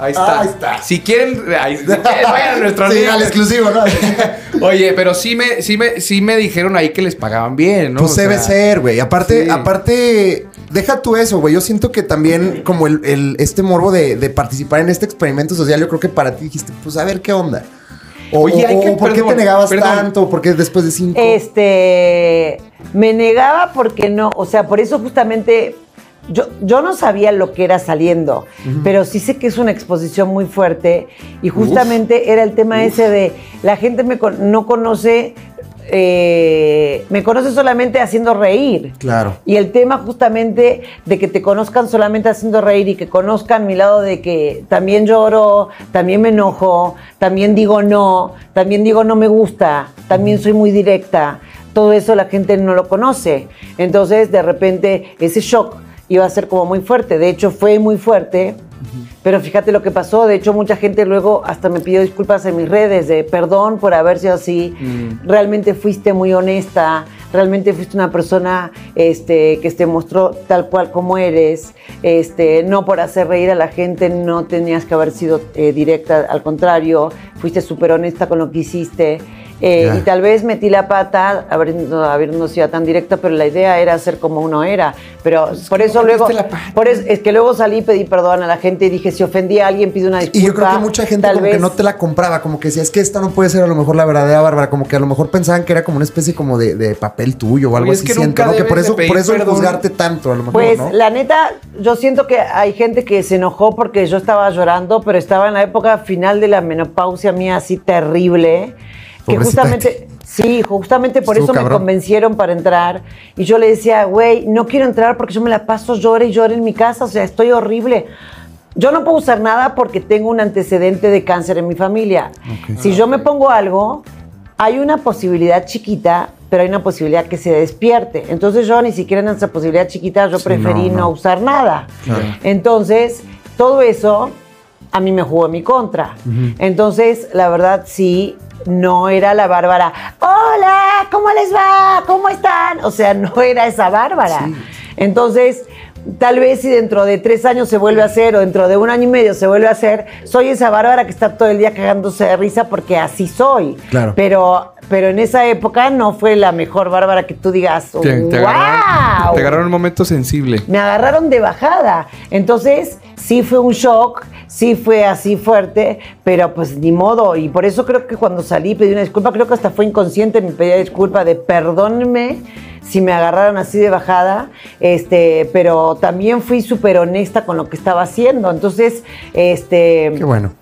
Ahí está. Ahí está. Si quieren, ahí, si quieren, Eh, vayan a nuestro Sí, link. al exclusivo, ¿no? Oye, pero sí me, sí me, sí me dijeron ahí que les pagaban bien, ¿no? Pues O debe sea, ser, güey. Aparte, sí. aparte, deja tú eso, güey. Yo siento que también como el, el- este morbo de, de participar en este experimento social, yo creo que para ti dijiste, pues a ver qué onda. O, Oye, o- hay que- o ¿por qué te perdón, negabas perdón. tanto? ¿Por qué después de cinco? Este. Me negaba porque no. O sea, por eso justamente. Yo, yo no sabía lo que era saliendo, pero sí sé que es una exposición muy fuerte y justamente era el tema ese de la gente me con- no conoce eh, me conoces solamente haciendo reír. Claro. Y el tema justamente de que te conozcan solamente haciendo reír y que conozcan mi lado de que también lloro, también me enojo, también digo no, también digo no me gusta, también soy muy directa. Todo eso la gente no lo conoce. Entonces, de repente, ese shock iba a ser como muy fuerte. De hecho, fue muy fuerte. Pero fíjate lo que pasó. De hecho, mucha gente luego hasta me pidió disculpas en mis redes de perdón por haber sido así. Realmente fuiste muy honesta. Realmente fuiste una persona este, que te mostró tal cual como eres. Este, no por hacer reír a la gente, no tenías que haber sido eh, directa. Al contrario, fuiste súper honesta con lo que hiciste. Eh, Ya. Y tal vez metí la pata, habiendo, habiendo sido tan directa, pero la idea era ser como uno era. Pero por eso luego. metiste la pata. Por eso, es que luego salí y pedí perdón a la gente y dije, si ofendí a alguien, pido una disculpa. Y yo creo que mucha gente Tal como que vez- no te la compraba, como que decía, es que esta no puede ser a lo mejor la verdadera Bárbara, como que a lo mejor pensaban que era como una especie como de, de papel tuyo o algo Oye, es así, que siento, nunca ¿no? Que por debes de eso, pedir por eso perdón. juzgarte tanto, a lo mejor, Pues ¿no? la neta, yo siento que hay gente que se enojó porque yo estaba llorando, pero estaba en la época final de la menopausia mía así terrible, que Pobrecita justamente sí, justamente por eso Estuvo me cabrón. convencieron para entrar y yo le decía, "Güey, no quiero entrar porque yo me la paso llore y llore en mi casa, o sea, estoy horrible." Yo no puedo usar nada porque tengo un antecedente de cáncer en mi familia. Si yo me pongo algo, hay una posibilidad chiquita, pero hay una posibilidad que se despierte. Entonces yo ni siquiera en esa posibilidad chiquita yo preferí no, no. usar nada. Claro. Entonces, todo eso a mí me jugó en mi contra. Entonces, la verdad sí no era la Bárbara. Hola, ¿cómo les va? ¿Cómo están? O sea, no era esa Bárbara. Entonces, tal vez si dentro de tres años se vuelve a hacer o dentro de un año y medio se vuelve a hacer, soy esa Bárbara que está todo el día cagándose de risa porque así soy. Claro. Pero, pero en esa época no fue la mejor Bárbara que tú digas, Te, te ¡Wow! agarraron, te agarraron en un momento sensible. me agarraron de bajada. Entonces, sí fue un shock, sí fue así fuerte, pero pues ni modo. Y por eso creo que cuando salí pedí una disculpa, creo que hasta fue inconsciente mi pedida de disculpa de perdónenme si me agarraron así de bajada, este, pero también fui súper honesta con lo que estaba haciendo. Entonces, este... Qué bueno.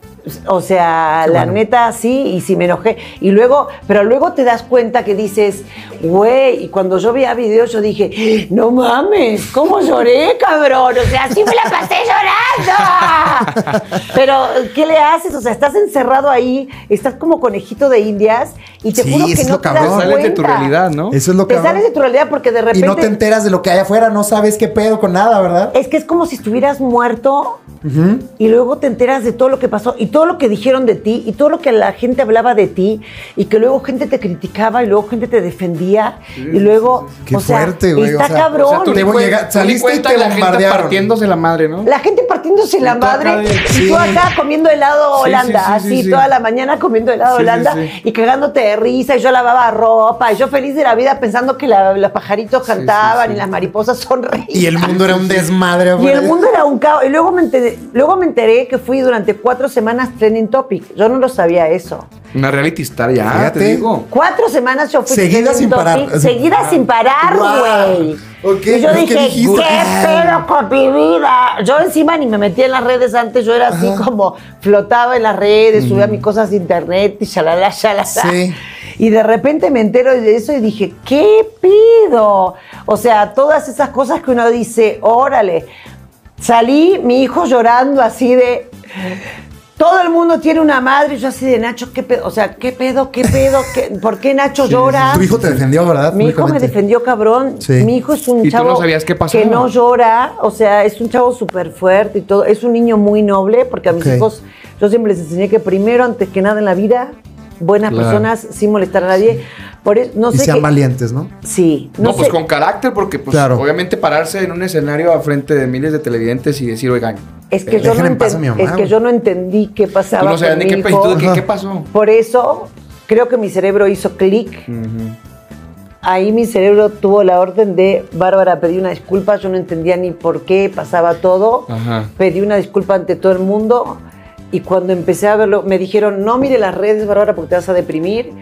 O sea, Qué la bueno. neta sí, y si me enojé. Y luego, pero luego te das cuenta que dices, güey, y cuando yo veía videos yo dije, no mames, ¿cómo lloré, cabrón? O sea, así me la pasé llorando. pero, ¿qué le haces? O sea, estás encerrado ahí, estás como conejito de indias, y te Sí, juro eso que es no lo te cabrón. das Sales cuenta. Sales de tu realidad, ¿no? Eso es lo que... Te sales de tu realidad porque de Y repente... no te enteras de lo que hay afuera, no sabes qué pedo con nada, ¿verdad? Es que es como si estuvieras muerto y luego te enteras de todo lo que pasó y todo lo que dijeron de ti y todo lo que la gente hablaba de ti y que luego gente te criticaba y luego gente te defendía y luego... Qué o sea, fuerte, güey, o Está sea, cabrón. o sea, tú ni Te voy a cuen- llegar- ni saliste y cuenta te la gente bombardearon. partiéndose la madre, ¿no? La gente partiéndose la Y tú acá madre de- y sí. tú acá comiendo helado Sí, sí, Holanda, sí, sí, así sí. toda la mañana comiendo helado Sí, sí, Holanda sí. y cagándote de risa y yo lavaba ropa y yo feliz de la vida pensando que la- los pajaritos sí, cantaban sí. y las mariposas sonreían. Y el mundo era un desmadre. Y afuera. el mundo era un caos. Y luego me, enteré, luego me enteré que fui durante cuatro semanas trending topic. Yo no lo sabía eso. Una reality star ya, Fíjate. te digo. Cuatro semanas yo fui Seguidas trending sin parar. topic, Seguidas sin parar, Wow. güey. Ok, y yo ¿pero qué dije, ¿qué, dijiste? pedo con mi vida? Yo encima ni me metía en las redes antes. Yo era así como flotaba en las redes, subía mis cosas de internet y shalala, shalala. Sí. Y de repente me entero de eso y dije, ¿qué pido? O sea, todas esas cosas que uno dice, órale. Salí, mi hijo llorando así de... Todo el mundo tiene una madre, y yo así de Nacho, ¿qué pedo? O sea, ¿qué pedo? ¿Qué pedo? ¿Qué- ¿Por qué Nacho llora? Tu hijo te defendió, ¿verdad? Mi hijo me Públicamente. defendió, cabrón. Sí. Mi hijo es un Y tú chavo no sabías qué pasó. que no llora, o sea, es un chavo súper fuerte y todo. Es un niño muy noble, porque a mis Ok. hijos yo siempre les enseñé que primero, antes que nada en la vida, buenas Claro. personas sin molestar a nadie. Por eso, no Y sé sean qué- valientes, ¿no? Sí, no, No, pues sé- con carácter, porque pues Claro. obviamente pararse en un escenario a frente de miles de televidentes y decir, oigan, Es que, yo no, Dejen en paz a enten- mi mamá, es que güey. yo no entendí qué pasaba. tú no con sabías ni mi qué, pe- hijo. tú de qué, Ajá. qué pasó. Por eso creo que mi cerebro hizo clic. Mm. Ahí mi cerebro tuvo la orden de Bárbara, pedí una disculpa, yo no entendía ni por qué pasaba Ah. todo. Ajá. Pedí una disculpa ante todo el mundo y cuando empecé a verlo me dijeron, "No mire las redes, Bárbara, porque te vas a deprimir."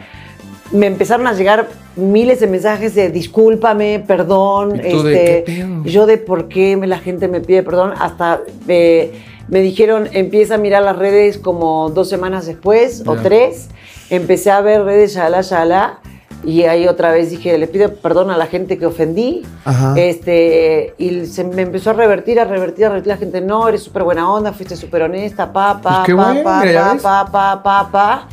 Me empezaron a llegar miles de mensajes de discúlpame, perdón, ¿Y tú de este, qué pedo? yo de por qué me- la gente me pide perdón, hasta eh, me dijeron, empieza a mirar las redes como dos semanas después o Ya. tres, empecé a ver redes, shalá, shalá, Y ahí otra vez dije, le pido perdón a la gente que ofendí. Ajá. Este, y se me empezó a revertir, a revertir, a revertir la gente. No, eres súper buena onda, fuiste súper honesta, pa, pa, Pues qué pa, bueno, pa, mira, pa, ¿ves? pa, pa, pa, pa.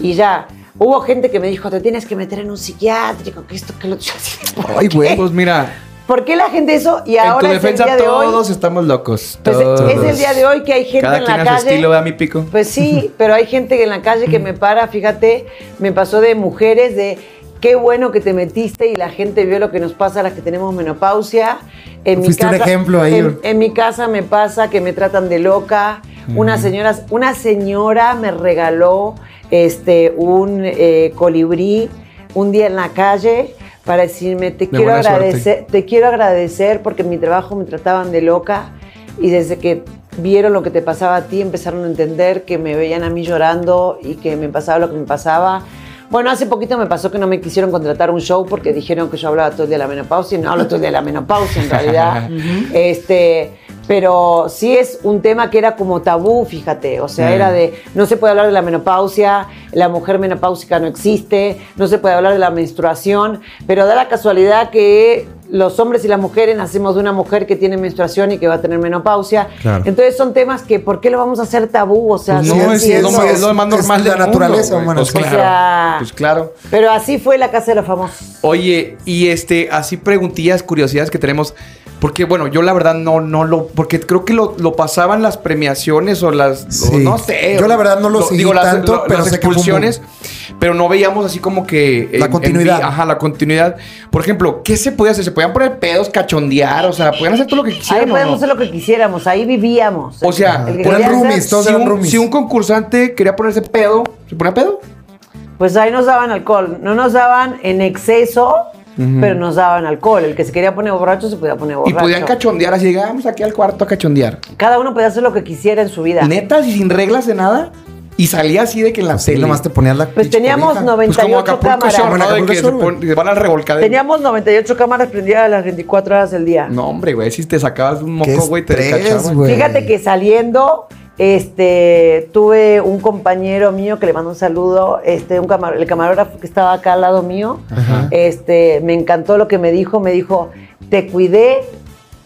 Y ya. Hubo gente que me dijo, te tienes que meter en un psiquiátrico, que esto, que lo otro. ¿Por Ay, qué? güey. Pues mira, ¿Por qué la gente eso? Y en tu ahora es el defensa día de hoy. todos estamos locos. Pues, todos. es el día de hoy que hay gente Cada en quien la a su calle. estilo, ¿verdad, mi pico? Pues sí, pero hay gente en la calle que me para, fíjate, me pasó de mujeres, de qué bueno que te metiste y la gente vio lo que nos pasa a las que tenemos menopausia. En Fuiste un mi casa, ejemplo ahí. En, en mi casa me pasa que me tratan de loca. Una, señora, una señora me regaló este, un eh, colibrí un día en la calle para decirme, te De quiero buena suerte. agradecer te quiero agradecer porque en mi trabajo me trataban de loca y desde que vieron lo que te pasaba a ti empezaron a entender que me veían a mí llorando y que me pasaba lo que me pasaba. Bueno, hace poquito me pasó que no me quisieron contratar un show porque dijeron que yo hablaba todo el día de la menopausia y no hablo todo el día de la menopausia en realidad. este, pero sí es un tema que era como tabú, fíjate. O sea, Mm. era de no se puede hablar de la menopausia, la mujer menopáusica no existe, no se puede hablar de la menstruación, pero da la casualidad que los hombres y las mujeres nacemos de una mujer que tiene menstruación y que va a tener menopausia. Claro. Entonces son temas que ¿por qué lo vamos a hacer tabú? O sea, Pues Sí, no, sí, es, sí, es lo, es- más- es lo más es normal la del mundo, naturaleza güey. humana, Pues sí. claro, O sea- pues claro. Pero así fue la casa de los famosos. Oye, y este, así preguntillas, curiosidades que tenemos. Porque, bueno, yo la verdad no, no lo. Porque creo que lo, lo pasaban las premiaciones o las. o Sí. no sé. Yo la verdad no lo seguí tanto, pero las sé que fue un expulsiones. Pero no veíamos así como que. La continuidad. vi- ajá, la continuidad. Por ejemplo, ¿qué se podía hacer? ¿Se podían poner pedos, cachondear? O sea, ¿podían hacer todo lo que Ahí quisieran? o no? podemos hacer lo que quisiéramos, ahí vivíamos. O El sea, que eran quería hacer, roomies, todos si, eran un, roomies. si un concursante quería ponerse pedo, ¿se ponía pedo? Pues ahí nos daban alcohol. No nos daban en exceso, pero nos daban alcohol. El que se quería poner borracho se podía poner Y borracho. podían cachondear, así llegábamos aquí al cuarto a cachondear. Cada uno podía hacer lo que quisiera en su vida. Netas y sin reglas de nada. Y salía así de que en la Sí, tele. nomás te ponías la Pues pinche teníamos cobija. 90 Pues como 98 Acapulco cámaras. Shore, Como en ¿no? De Acapulco que Shore, se güey. pon- que van al revolcadero. Teníamos 98 cámaras prendidas a las 24 horas del día. No, hombre, güey. Si te sacabas un Qué moco, güey, te estrés, cachabas. güey. Fíjate que saliendo, este, tuve un compañero mío que le mando un saludo, este, un camar- el camarógrafo que estaba acá al lado mío, este, me encantó lo que me dijo, me dijo, te cuidé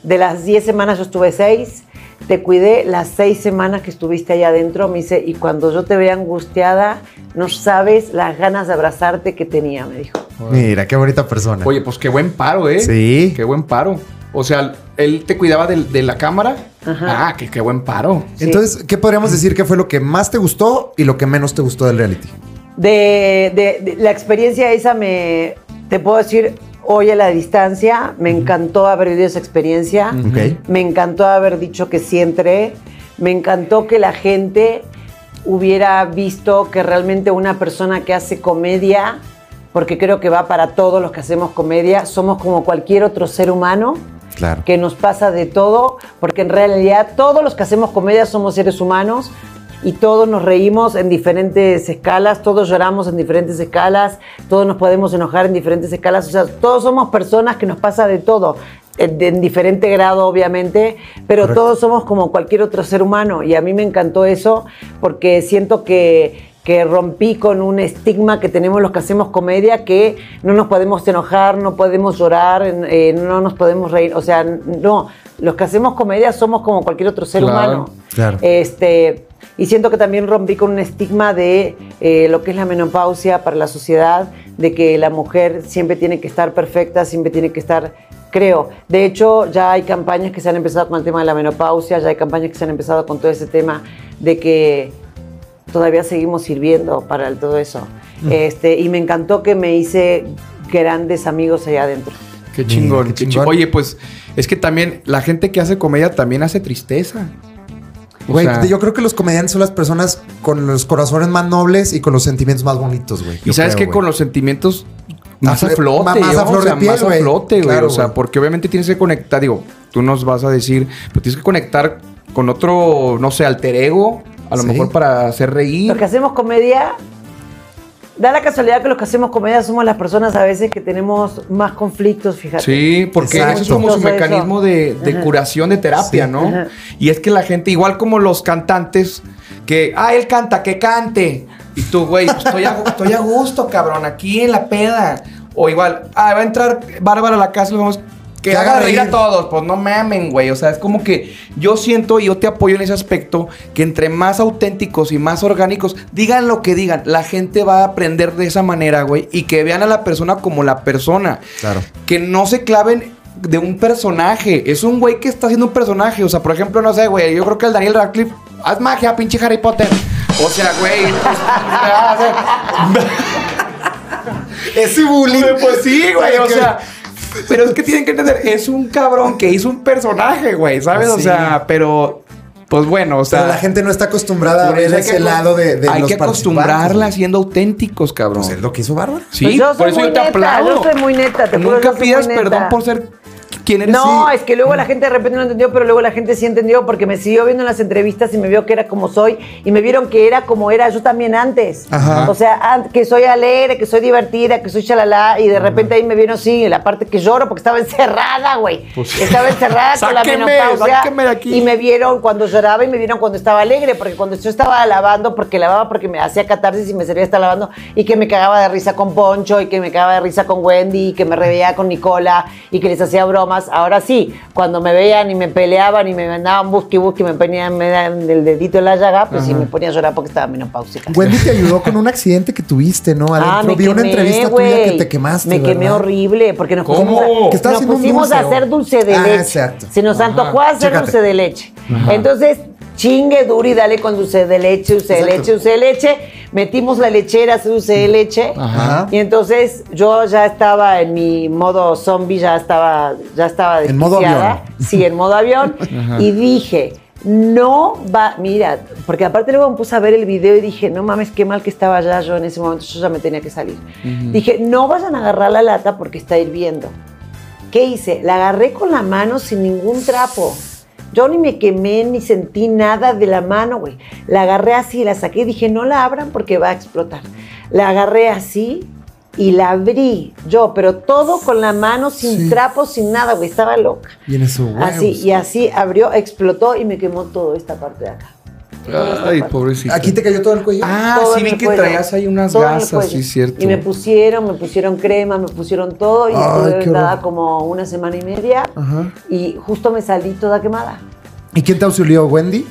de las 10 semanas, yo estuve 6, te cuidé las 6 semanas que estuviste allá adentro, me dice, y cuando yo te veía angustiada, no sabes las ganas de abrazarte que tenía, me dijo. Mira, qué bonita persona. Oye, pues qué buen paro, ¿eh? Sí. Qué buen paro. O sea, él te cuidaba del- de, la cámara. Ajá. Ah, que qué buen paro. Sí. Entonces, ¿qué podríamos decir que fue lo que más te gustó y lo que menos te gustó del reality? de, de- de- la experiencia esa me te puedo decir hoy a la distancia me encantó haber vivido esa experiencia Ok. me encantó haber dicho que sí entré me encantó que la gente hubiera visto que realmente una persona que hace comedia porque creo que va para todos los que hacemos comedia somos como cualquier otro ser humano Claro. que nos pasa de todo, porque en realidad todos los que hacemos comedia somos seres humanos y todos nos reímos en diferentes escalas, todos lloramos en diferentes escalas, todos nos podemos enojar en diferentes escalas, o sea, todos somos personas que nos pasa de todo. En, en diferente grado, obviamente, pero todos somos como cualquier otro ser humano. Y a mí me encantó eso porque siento que, que rompí con un estigma que tenemos los que hacemos comedia, que no nos podemos enojar, no podemos llorar, eh, no nos podemos reír. O sea, n- no, los que hacemos comedia somos como cualquier otro ser Claro, humano. claro. Este, y siento que también rompí con un estigma de eh, lo que es la menopausia para la sociedad, de que la mujer siempre tiene que estar perfecta, siempre tiene que estar, creo. De hecho, ya hay campañas que se han empezado con el tema de la menopausia, ya hay campañas que se han empezado con todo ese tema de que todavía seguimos sirviendo para el- todo eso. Este, y me encantó que me hice grandes amigos allá adentro. Qué Mira, chingón, qué qué chingón. chingón. Oye, pues es que también la gente que hace comedia también hace tristeza. O Güey, sea, yo creo que los comediantes son las personas con los corazones más nobles y con los sentimientos más bonitos, güey. Y sabes que con los sentimientos más a Afle- flote, más a yo, flor o sea, de piel, más a güey. flote, güey. Claro, o sea, güey. porque obviamente tienes que conectar, digo, tú nos vas a decir, pero tienes que conectar con otro, no sé, alter ego, a lo Sí. mejor para hacer reír. Los que hacemos comedia, da la casualidad que los que hacemos comedia somos las personas a veces que tenemos más conflictos, fíjate. Sí, porque Exacto. ese es como su Chistoso mecanismo eso. de, de Ajá. curación, de terapia, Sí, ¿no? ajá. Y es que la gente, igual como los cantantes, que, ah, él canta, que cante. Y tú, güey, pues, estoy a, gu- estoy a gusto, cabrón, aquí en la peda. O igual, ah, va a entrar Bárbara a la casa y vamos. Que, Que haga haga reír a reír. todos, pues no mamen, güey. O sea, es como que yo siento y yo te apoyo en ese aspecto que entre más auténticos y más orgánicos, digan lo que digan, la gente va a aprender de esa manera, güey. Y que vean a la persona como la persona Claro. que no se claven de un personaje. Es un güey que está haciendo un personaje. O sea, por ejemplo, no sé, güey. Yo creo que el Daniel Radcliffe. Haz magia, pinche Harry Potter. O sea, güey. pues, o sea, Ese bullying. pues sí, güey. O sea. Pero es que tienen que entender, es un cabrón que hizo un personaje, güey. ¿Sabes? O Sí. sea, pero. Pues bueno, o sea. Pero la gente no está acostumbrada a por ver eso hay ese que acos- lado de, de Hay los que acostumbrarla siendo auténticos, cabrón. participantes. Pues es lo que hizo Bárbara. sí, Pues yo soy por eso muy yo te neta, yo aplaudo. soy muy neta, te juro, yo Nunca soy muy pidas neta. perdón por ser quien eres. No, Sí. es que luego la gente de repente no entendió, pero luego la gente sí entendió porque me siguió viendo en las entrevistas y me vio que era como soy y me vieron que era como era yo también antes. Ajá. O sea, an- que soy alegre, que soy divertida, que soy chalala y de repente ahí me vieron sí, la parte que lloro porque estaba encerrada, güey. estaba encerrada con la Pues Sáquenme, menopausia sáquenme de aquí. y me vieron cuando lloraba y me vieron cuando estaba alegre porque cuando yo estaba lavando porque lavaba porque me hacía catarsis y me servía estar lavando y que me cagaba de risa con Poncho y que me cagaba de risa con Wendy y que me reveía con Nicola y que les hacía bromas. Ahora sí, cuando me vean y me peleaban y me mandaban busque y busque y me ponían me dan el dedito en la llaga, pues sí me ponía a llorar porque estaba menopáusica. Wendy te ayudó con un accidente que tuviste, ¿no? Adentro Ah, me vi una quemé, entrevista tuya que güey. te quemaste. Me quemé ¿verdad? horrible porque nos ¿Cómo? pusimos, a, Que estabas nos haciendo un pusimos a dulce, ¿o? hacer dulce de Ah, leche. exacto. Se nos antojó hacer Chécate. dulce de leche. Entonces, chingue duro y dale con dulce de leche, dulce de Exacto. leche, dulce de leche. Metimos la lechera, hace dulce de leche. Ajá. Y entonces yo ya estaba en mi modo zombie, ya estaba, ya estaba En modo desquiciada. avión. Sí, en modo avión. y dije, no va, mira, porque aparte luego me puse a ver el video y dije, no mames, qué mal que estaba ya yo en ese momento, yo ya me tenía que salir. Dije, no vayan a agarrar la lata porque está hirviendo. ¿Qué hice? La agarré con la mano sin ningún trapo. Yo ni me quemé ni sentí nada de la mano, güey. La agarré así, la saqué y dije, no la abran porque va a explotar. La agarré así y la abrí yo, pero todo con la mano, sin Sí. trapo, sin nada, güey. Estaba loca. Y en eso, güey. Así, pues y así abrió, explotó y me quemó toda esta parte de acá. Ay, pobrecito. Aquí te cayó todo el cuello. Ah, Todo sí, en vi el que cuello. traías ahí unas Todo en el gasas, cuello. sí, cierto. Y me pusieron, me pusieron crema, me pusieron todo y Ay, qué estuve vendada horror. como una semana y media. Ajá. Y justo me salí toda quemada. ¿Y quién te auxilió? ¿Wendy?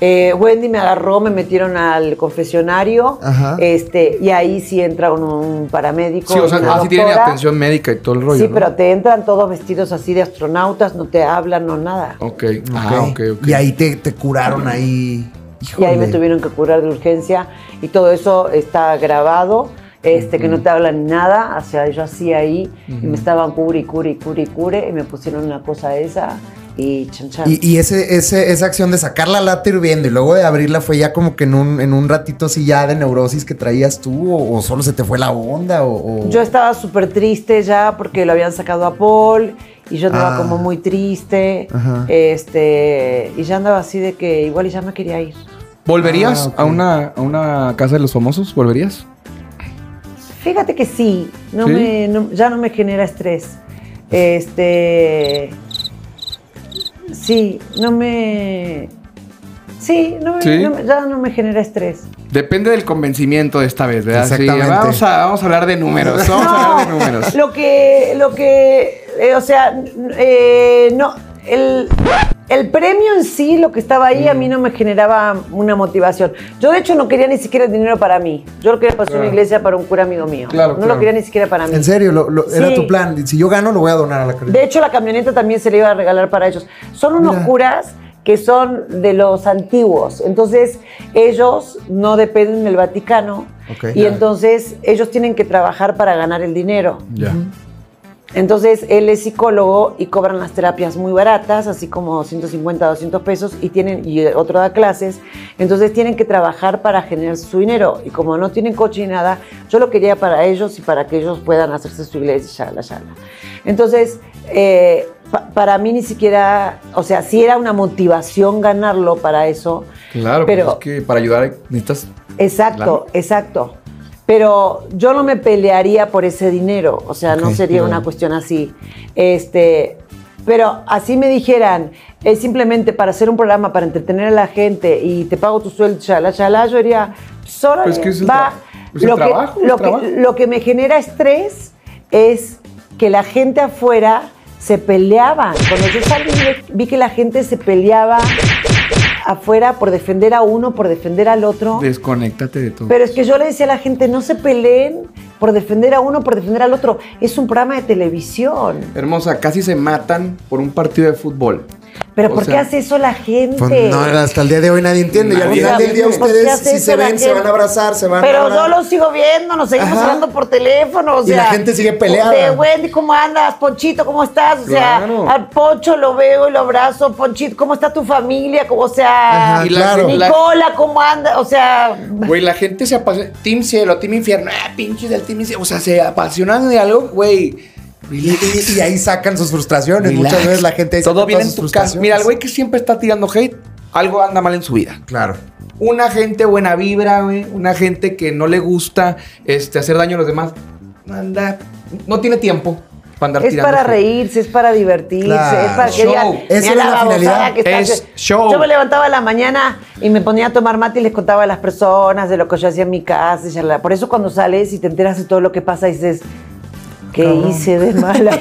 Eh, Wendy me agarró, me metieron al confesionario, Ajá. este, y ahí sí entra un, un paramédico. Sí, o sea, una así tienen doctora. atención médica y todo el rollo. Sí, ¿no? pero te entran todos vestidos así de astronautas, no te hablan, no nada. Ok. Ah, ok, ok. Y ahí te, te curaron ahí. Y ahí me Híjole. tuvieron que curar de urgencia y todo eso está grabado, este, que no te hablan ni nada, o sea, yo así ahí y me estaban cure y cure y cure y cure y me pusieron una cosa esa y chan chan. Y, y ese, ese, esa acción de sacar la lata hirviendo y luego de abrirla fue ya como que en un, en un ratito así ya de neurosis que traías tú o, o solo se te fue la onda o... o- Yo estaba súper triste ya porque lo habían sacado a Paul y yo andaba Ah. como muy triste. Ajá. Este, y ya andaba así de que igual y ya me quería ir. ¿Volverías Ah, ok. a, una, a una casa de los famosos? ¿Volverías? Fíjate que sí, no ¿Sí? Me, no- ya no me genera estrés. Este. Sí, no me. Sí, no me- ¿Sí? no me- ya no me genera estrés. Depende del convencimiento de esta vez, ¿verdad? Sí, Exactamente. vamos, a, vamos a hablar de números. Vamos a hablar de números. Lo que, lo que, eh, o sea, n- eh, no, el, el premio en sí, lo que estaba ahí, a mí no me generaba una motivación. Yo, de hecho, no quería ni siquiera el dinero para mí. Yo lo quería para una Claro. iglesia, para un cura amigo mío. Claro, no claro. lo quería ni siquiera para mí. En serio, lo- lo- era Sí. tu plan. Si yo gano, lo voy a donar a la De carrera. hecho, la camioneta también se le iba a regalar para ellos. Son unos Mira. curas que son de los antiguos. Entonces, ellos no dependen del Vaticano. Ok. y entonces, ellos tienen que trabajar para ganar el dinero. Ya. Entonces él es psicólogo y cobran las terapias muy baratas, así como 150, 200 pesos, y tienen y otro da clases. Entonces tienen que trabajar para generar su dinero. Y como no tienen coche ni nada, yo lo quería para ellos y para que ellos puedan hacerse su iglesia, shala, shala. Entonces, eh, pa- para mí ni siquiera, o sea, sí era una motivación ganarlo para eso. Claro, pero pero es que para ayudar necesitas. Exacto, exacto. Pero yo no me pelearía por ese dinero, o sea, no Ok, sería una cuestión así. Este, pero así me dijeran, es simplemente para hacer un programa, para entretener a la gente y te pago tu sueldo, chala, chala, yo diría, sola Pues que es el va. tra- es el trabajo, es lo, el trabajo. que, lo que me genera estrés es que la gente afuera se peleaba. Cuando yo salí vi- vi que la gente se peleaba afuera por defender a uno, por defender al otro. Desconéctate de todo. Pero es que yo le decía a la gente, no se peleen por defender a uno, por defender al otro. Es un programa de televisión. Hermosa, casi se matan por un partido de fútbol. Pero O ¿por qué sea, hace eso la gente? Pues no, hasta el día de hoy nadie entiende. Y al Nadie. final del día ¿Por qué ustedes, hace si eso se la ven, se gente? van a abrazar, se van a Pero hablar. yo lo sigo viendo, nos seguimos Ajá. hablando por teléfono. O Y la sea, gente sigue peleada. Oye, Wendy, ¿cómo andas? Ponchito, ¿cómo estás? O sea, Claro. al Poncho lo veo y lo abrazo. Ponchito, ¿cómo está tu familia? Como, O sea, Ajá, Y la- claro. la- Nicola, ¿cómo anda? O sea, Güey, la gente se apasiona. Team Cielo, Team Infierno, ah, pinches del Team Cielo. O sea, se apasionan de algo, güey. Y, y- y ahí sacan sus frustraciones. Muchas Relax. veces la gente ahí saca Todo bien todas en sus tu casa. frustraciones. Mira, el güey que siempre está tirando hate, algo anda mal en su vida. Claro. Una gente buena vibra, güey. Una gente que no le gusta este, hacer daño a los demás. Anda. No tiene tiempo para andar es tirando para hate. reírse, es para divertirse, Claro. es para que Show. digan, Esa mira era la babosada finalidad. que está Es haciendo. show. Yo me levantaba a la mañana y me ponía a tomar mate y les contaba a las personas de lo que yo hacía en mi casa. y shalala. Por eso cuando sales y te enteras de todo lo que pasa, dices, ¿qué hice de mala?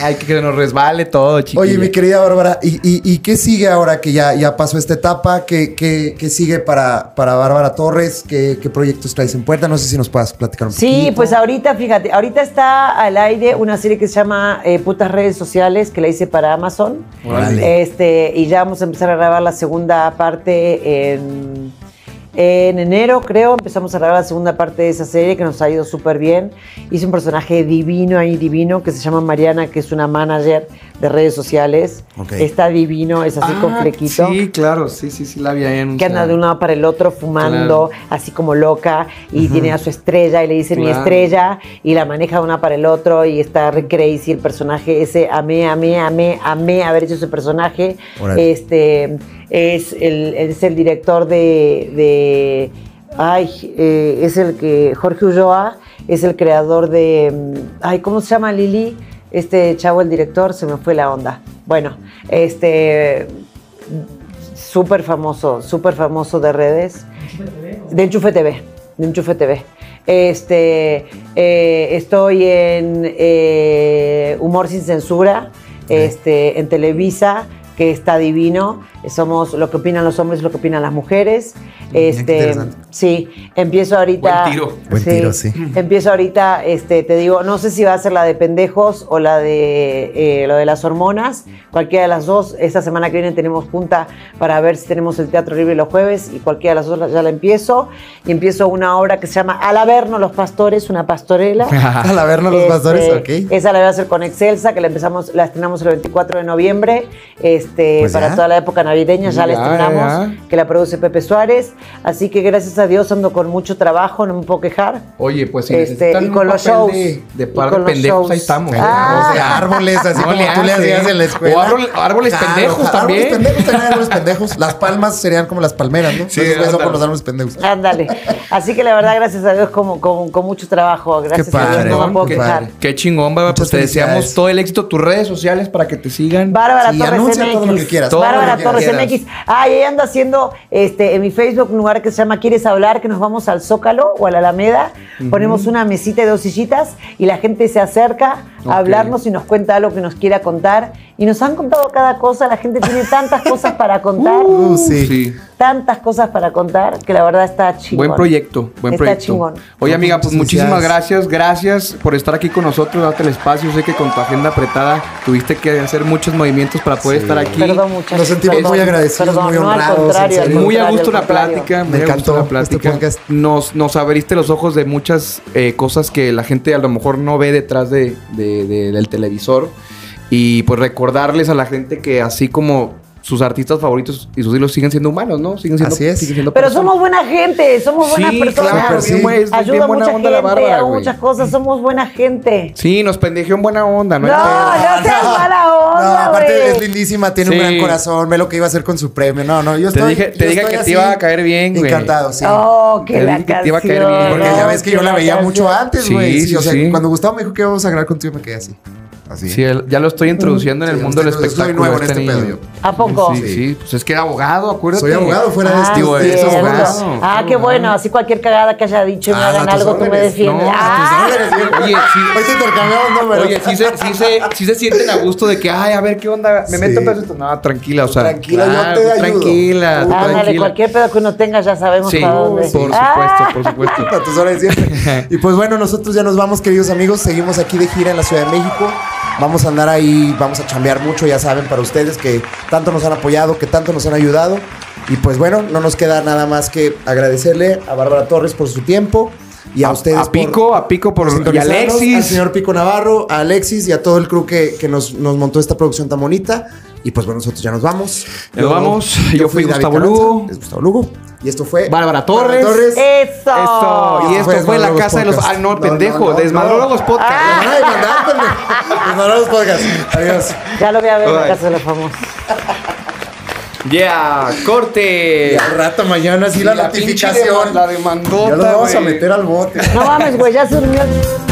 Ay, que nos resbale todo, chiquillo. Oye, mi querida Bárbara, ¿y, y, y qué sigue ahora que ya, ya pasó esta etapa? ¿Qué, qué, qué sigue para, para Bárbara Torres? ¿Qué, qué proyectos traes en puerta? No sé si nos puedas platicar un Sí, poquito. pues ahorita, fíjate, ahorita está al aire una serie que se llama eh, Putas Redes Sociales, que la hice para Amazon. Órale. Este, y ya vamos a empezar a grabar la segunda parte en, en enero, creo. Empezamos a grabar la segunda parte de esa serie que nos ha ido súper bien. Hice un personaje divino ahí, divino, que se llama Mariana, que es una manager de redes sociales. Ok. Está divino, es así con Ah, flequito Sí, claro, sí, sí, sí, la vi ahí en un que anda cine. de un lado para el otro fumando, así como loca, y tiene a su estrella, y le dice mi Claro. estrella, y la maneja de una para el otro, y está re crazy el personaje ese, amé, amé, amé, amé haber hecho ese personaje. Órale. Este es el, es el director de, de- ay, eh, es el que, Jorge Ulloa, es el creador de, mm, ay, ¿cómo se llama Lili? Este chavo, el director, se me fue la onda. Bueno, este, mm, súper famoso, súper famoso de redes, de Enchufe TV, de Enchufe TV. Este, eh, estoy en eh, Humor sin Censura, este, en Televisa, que está divino. Somos lo que opinan los hombres, lo que opinan las mujeres. qué Este, interesante. sí, empiezo ahorita. Buen tiro. Buen tiro, sí. Empiezo ahorita, este, te digo, no sé si va a ser la de pendejos o la de eh, lo de las hormonas, cualquiera de las dos. Esta semana que viene tenemos junta para ver si tenemos el teatro libre los jueves y cualquiera de las dos la- ya la empiezo. Y empiezo una obra que se llama Al Averno los Pastores, una pastorela. Al habernos los Este, pastores, ok. Esa la voy a hacer con Excelsa, que la empezamos, la estrenamos el 24 de noviembre, este, Pues para ya. toda la época navideña, ya, la Ya, estrenamos, ya. que la produce Pepe Suárez. Así que gracias a Dios ando con mucho trabajo, no me puedo quejar. Oye, pues si Este, necesitan y con un los papel shows. de, de Y par con de los pendejos, shows. ahí estamos. Pendejos Ah. O de sea, árboles, así No como le tú hace. ¿eh? le hacías en la escuela. O árbol- árboles Claro, pendejos ojalá, también. Árboles pendejos, también árboles pendejos. Las palmas serían como las palmeras, ¿no? Sí, Entonces, güey, son ándale. como los árboles pendejos. Ándale. Así que la verdad, gracias a Dios, como, con, con mucho trabajo. Gracias a padre, Dios, no me puedo qué quejar. padre. Qué chingón, Bárbara. Muchas Pues te deseamos felicidades. todo el éxito. Tus redes sociales para que te sigan. Bárbara Sí, Torres anuncia MX. todo lo que quieras, todo Bárbara lo que Torres quieras. MX. Ah, y ella anda haciendo este, en mi Facebook un lugar que se llama ¿Quieres hablar? Que nos vamos al Zócalo o a la Alameda. Ponemos una mesita y dos sillitas y la gente se acerca Ok. a hablarnos y nos cuenta algo que nos quiera contar. Y nos han contado cada cosa. La gente tiene tantas cosas para contar. Uh, sí. Tantas cosas para contar que la verdad está chingón. Buen proyecto, buen Está proyecto. chingón. Oye, amiga, pues Felicidades. muchísimas gracias, gracias por estar aquí con nosotros, date el espacio. Sé que con tu agenda apretada tuviste que hacer muchos movimientos para poder estar aquí. Perdón, muchachos. Nos sentimos perdón, muy agradecidos, perdón, muy no, al honrados, en contrario, al serio. Muy a contrario, gusto al la contrario. plática, Me muy a gusto encantó la este plática. podcast. Nos, nos abriste los ojos de muchas eh, cosas que la gente a lo mejor no ve detrás de, de- de- del televisor. Y pues recordarles a la gente que así como sus artistas favoritos y sus hilos siguen siendo humanos, ¿no? Siguen siendo, Así es. siguen siendo Pero personas. somos buena gente, somos buenas Sí, personas. claro, Sí. bien, buen- es Ayuda bien a buena mucha onda gente, la Bárbara, hago güey. muchas cosas, somos buena gente. Sí, nos pendejeó en buena onda, No, ¿no? no, Hay pedo. Ah, seas mala No, onda, aparte es güey. lindísima, tiene Sí. un gran corazón. Ve lo que iba a hacer con su premio. No, no, yo Te estoy. dije- te yo dije estoy que te así iba a caer bien, güey. Encantado, sí. Oh, que Te la dije que te iba a caer canción, bien. Porque no, ya ves que yo la veía canción. mucho antes, Sí, güey. Sí, sí, o sea, sí. cuando Gustavo me dijo que íbamos a grabar contigo, me quedé así. Así. Sí, él- ya lo estoy introduciendo en el Sí, mundo del estoy- estoy espectáculo. nuevo en este niño. pedo, yo. ¿A poco? Sí, sí, pues es que era abogado, acuérdate. Soy abogado fuera de Ah, este. Digo, de estos cierto. abogados. abogados. Ah, qué bueno. Así cualquier cagada que haya dicho y me Ah, hagan a tus algo, tú me órdenes. defiendes. No, Ah, Oye, sí. Ahorita intercambiamos números. Oye, sí se, sí, se, sí se sienten a gusto de que, ay, a ver, ¿qué onda? Me Sí. meto peso esto. No, tranquila, o sea. Tranquila, yo te ayudo. Tranquila, tú Ah, Ándale, tranquila. cualquier pedo que uno tenga ya sabemos Sí, para por dónde. supuesto, Ah, por supuesto. A tus horas de siempre. Y pues bueno, nosotros ya nos vamos, queridos amigos. Seguimos aquí de gira en la Ciudad de México. Vamos a andar ahí, vamos a chambear mucho, ya saben, para ustedes que tanto nos han apoyado, que tanto nos han ayudado. Y pues bueno, no nos queda nada más que agradecerle a Bárbara Torres por su tiempo y a, ustedes A por- Pico, a Pico por. por Y sintonizarnos, al Alexis. señor Pico Navarro, a Alexis y a todo el crew que, que nos, nos montó esta producción tan bonita. Y pues bueno, nosotros ya nos vamos. Nos vamos. Yo fui David Gustavo Carranza, Lugo. es Gustavo Lugo. Y esto fue Bárbara Torres. Eso. Esto, y Esto esto fue, fue la Desmadrólogos casa de los. Podcast. Ah, no, No, no, pendejo. no, Ah. Desmadrólogos no. Podcast. Ay, mandá, pendejo. Nos hablamos podcast. Adiós. Ya lo voy a ver en la Ay. casa de los famosos. Yeah, corte. Y al rato mañana sí la Eh, pinche notificación. dema- La demandota. Ya los vamos a güey. meter al bote. No mames, güey, ya se durmió. el-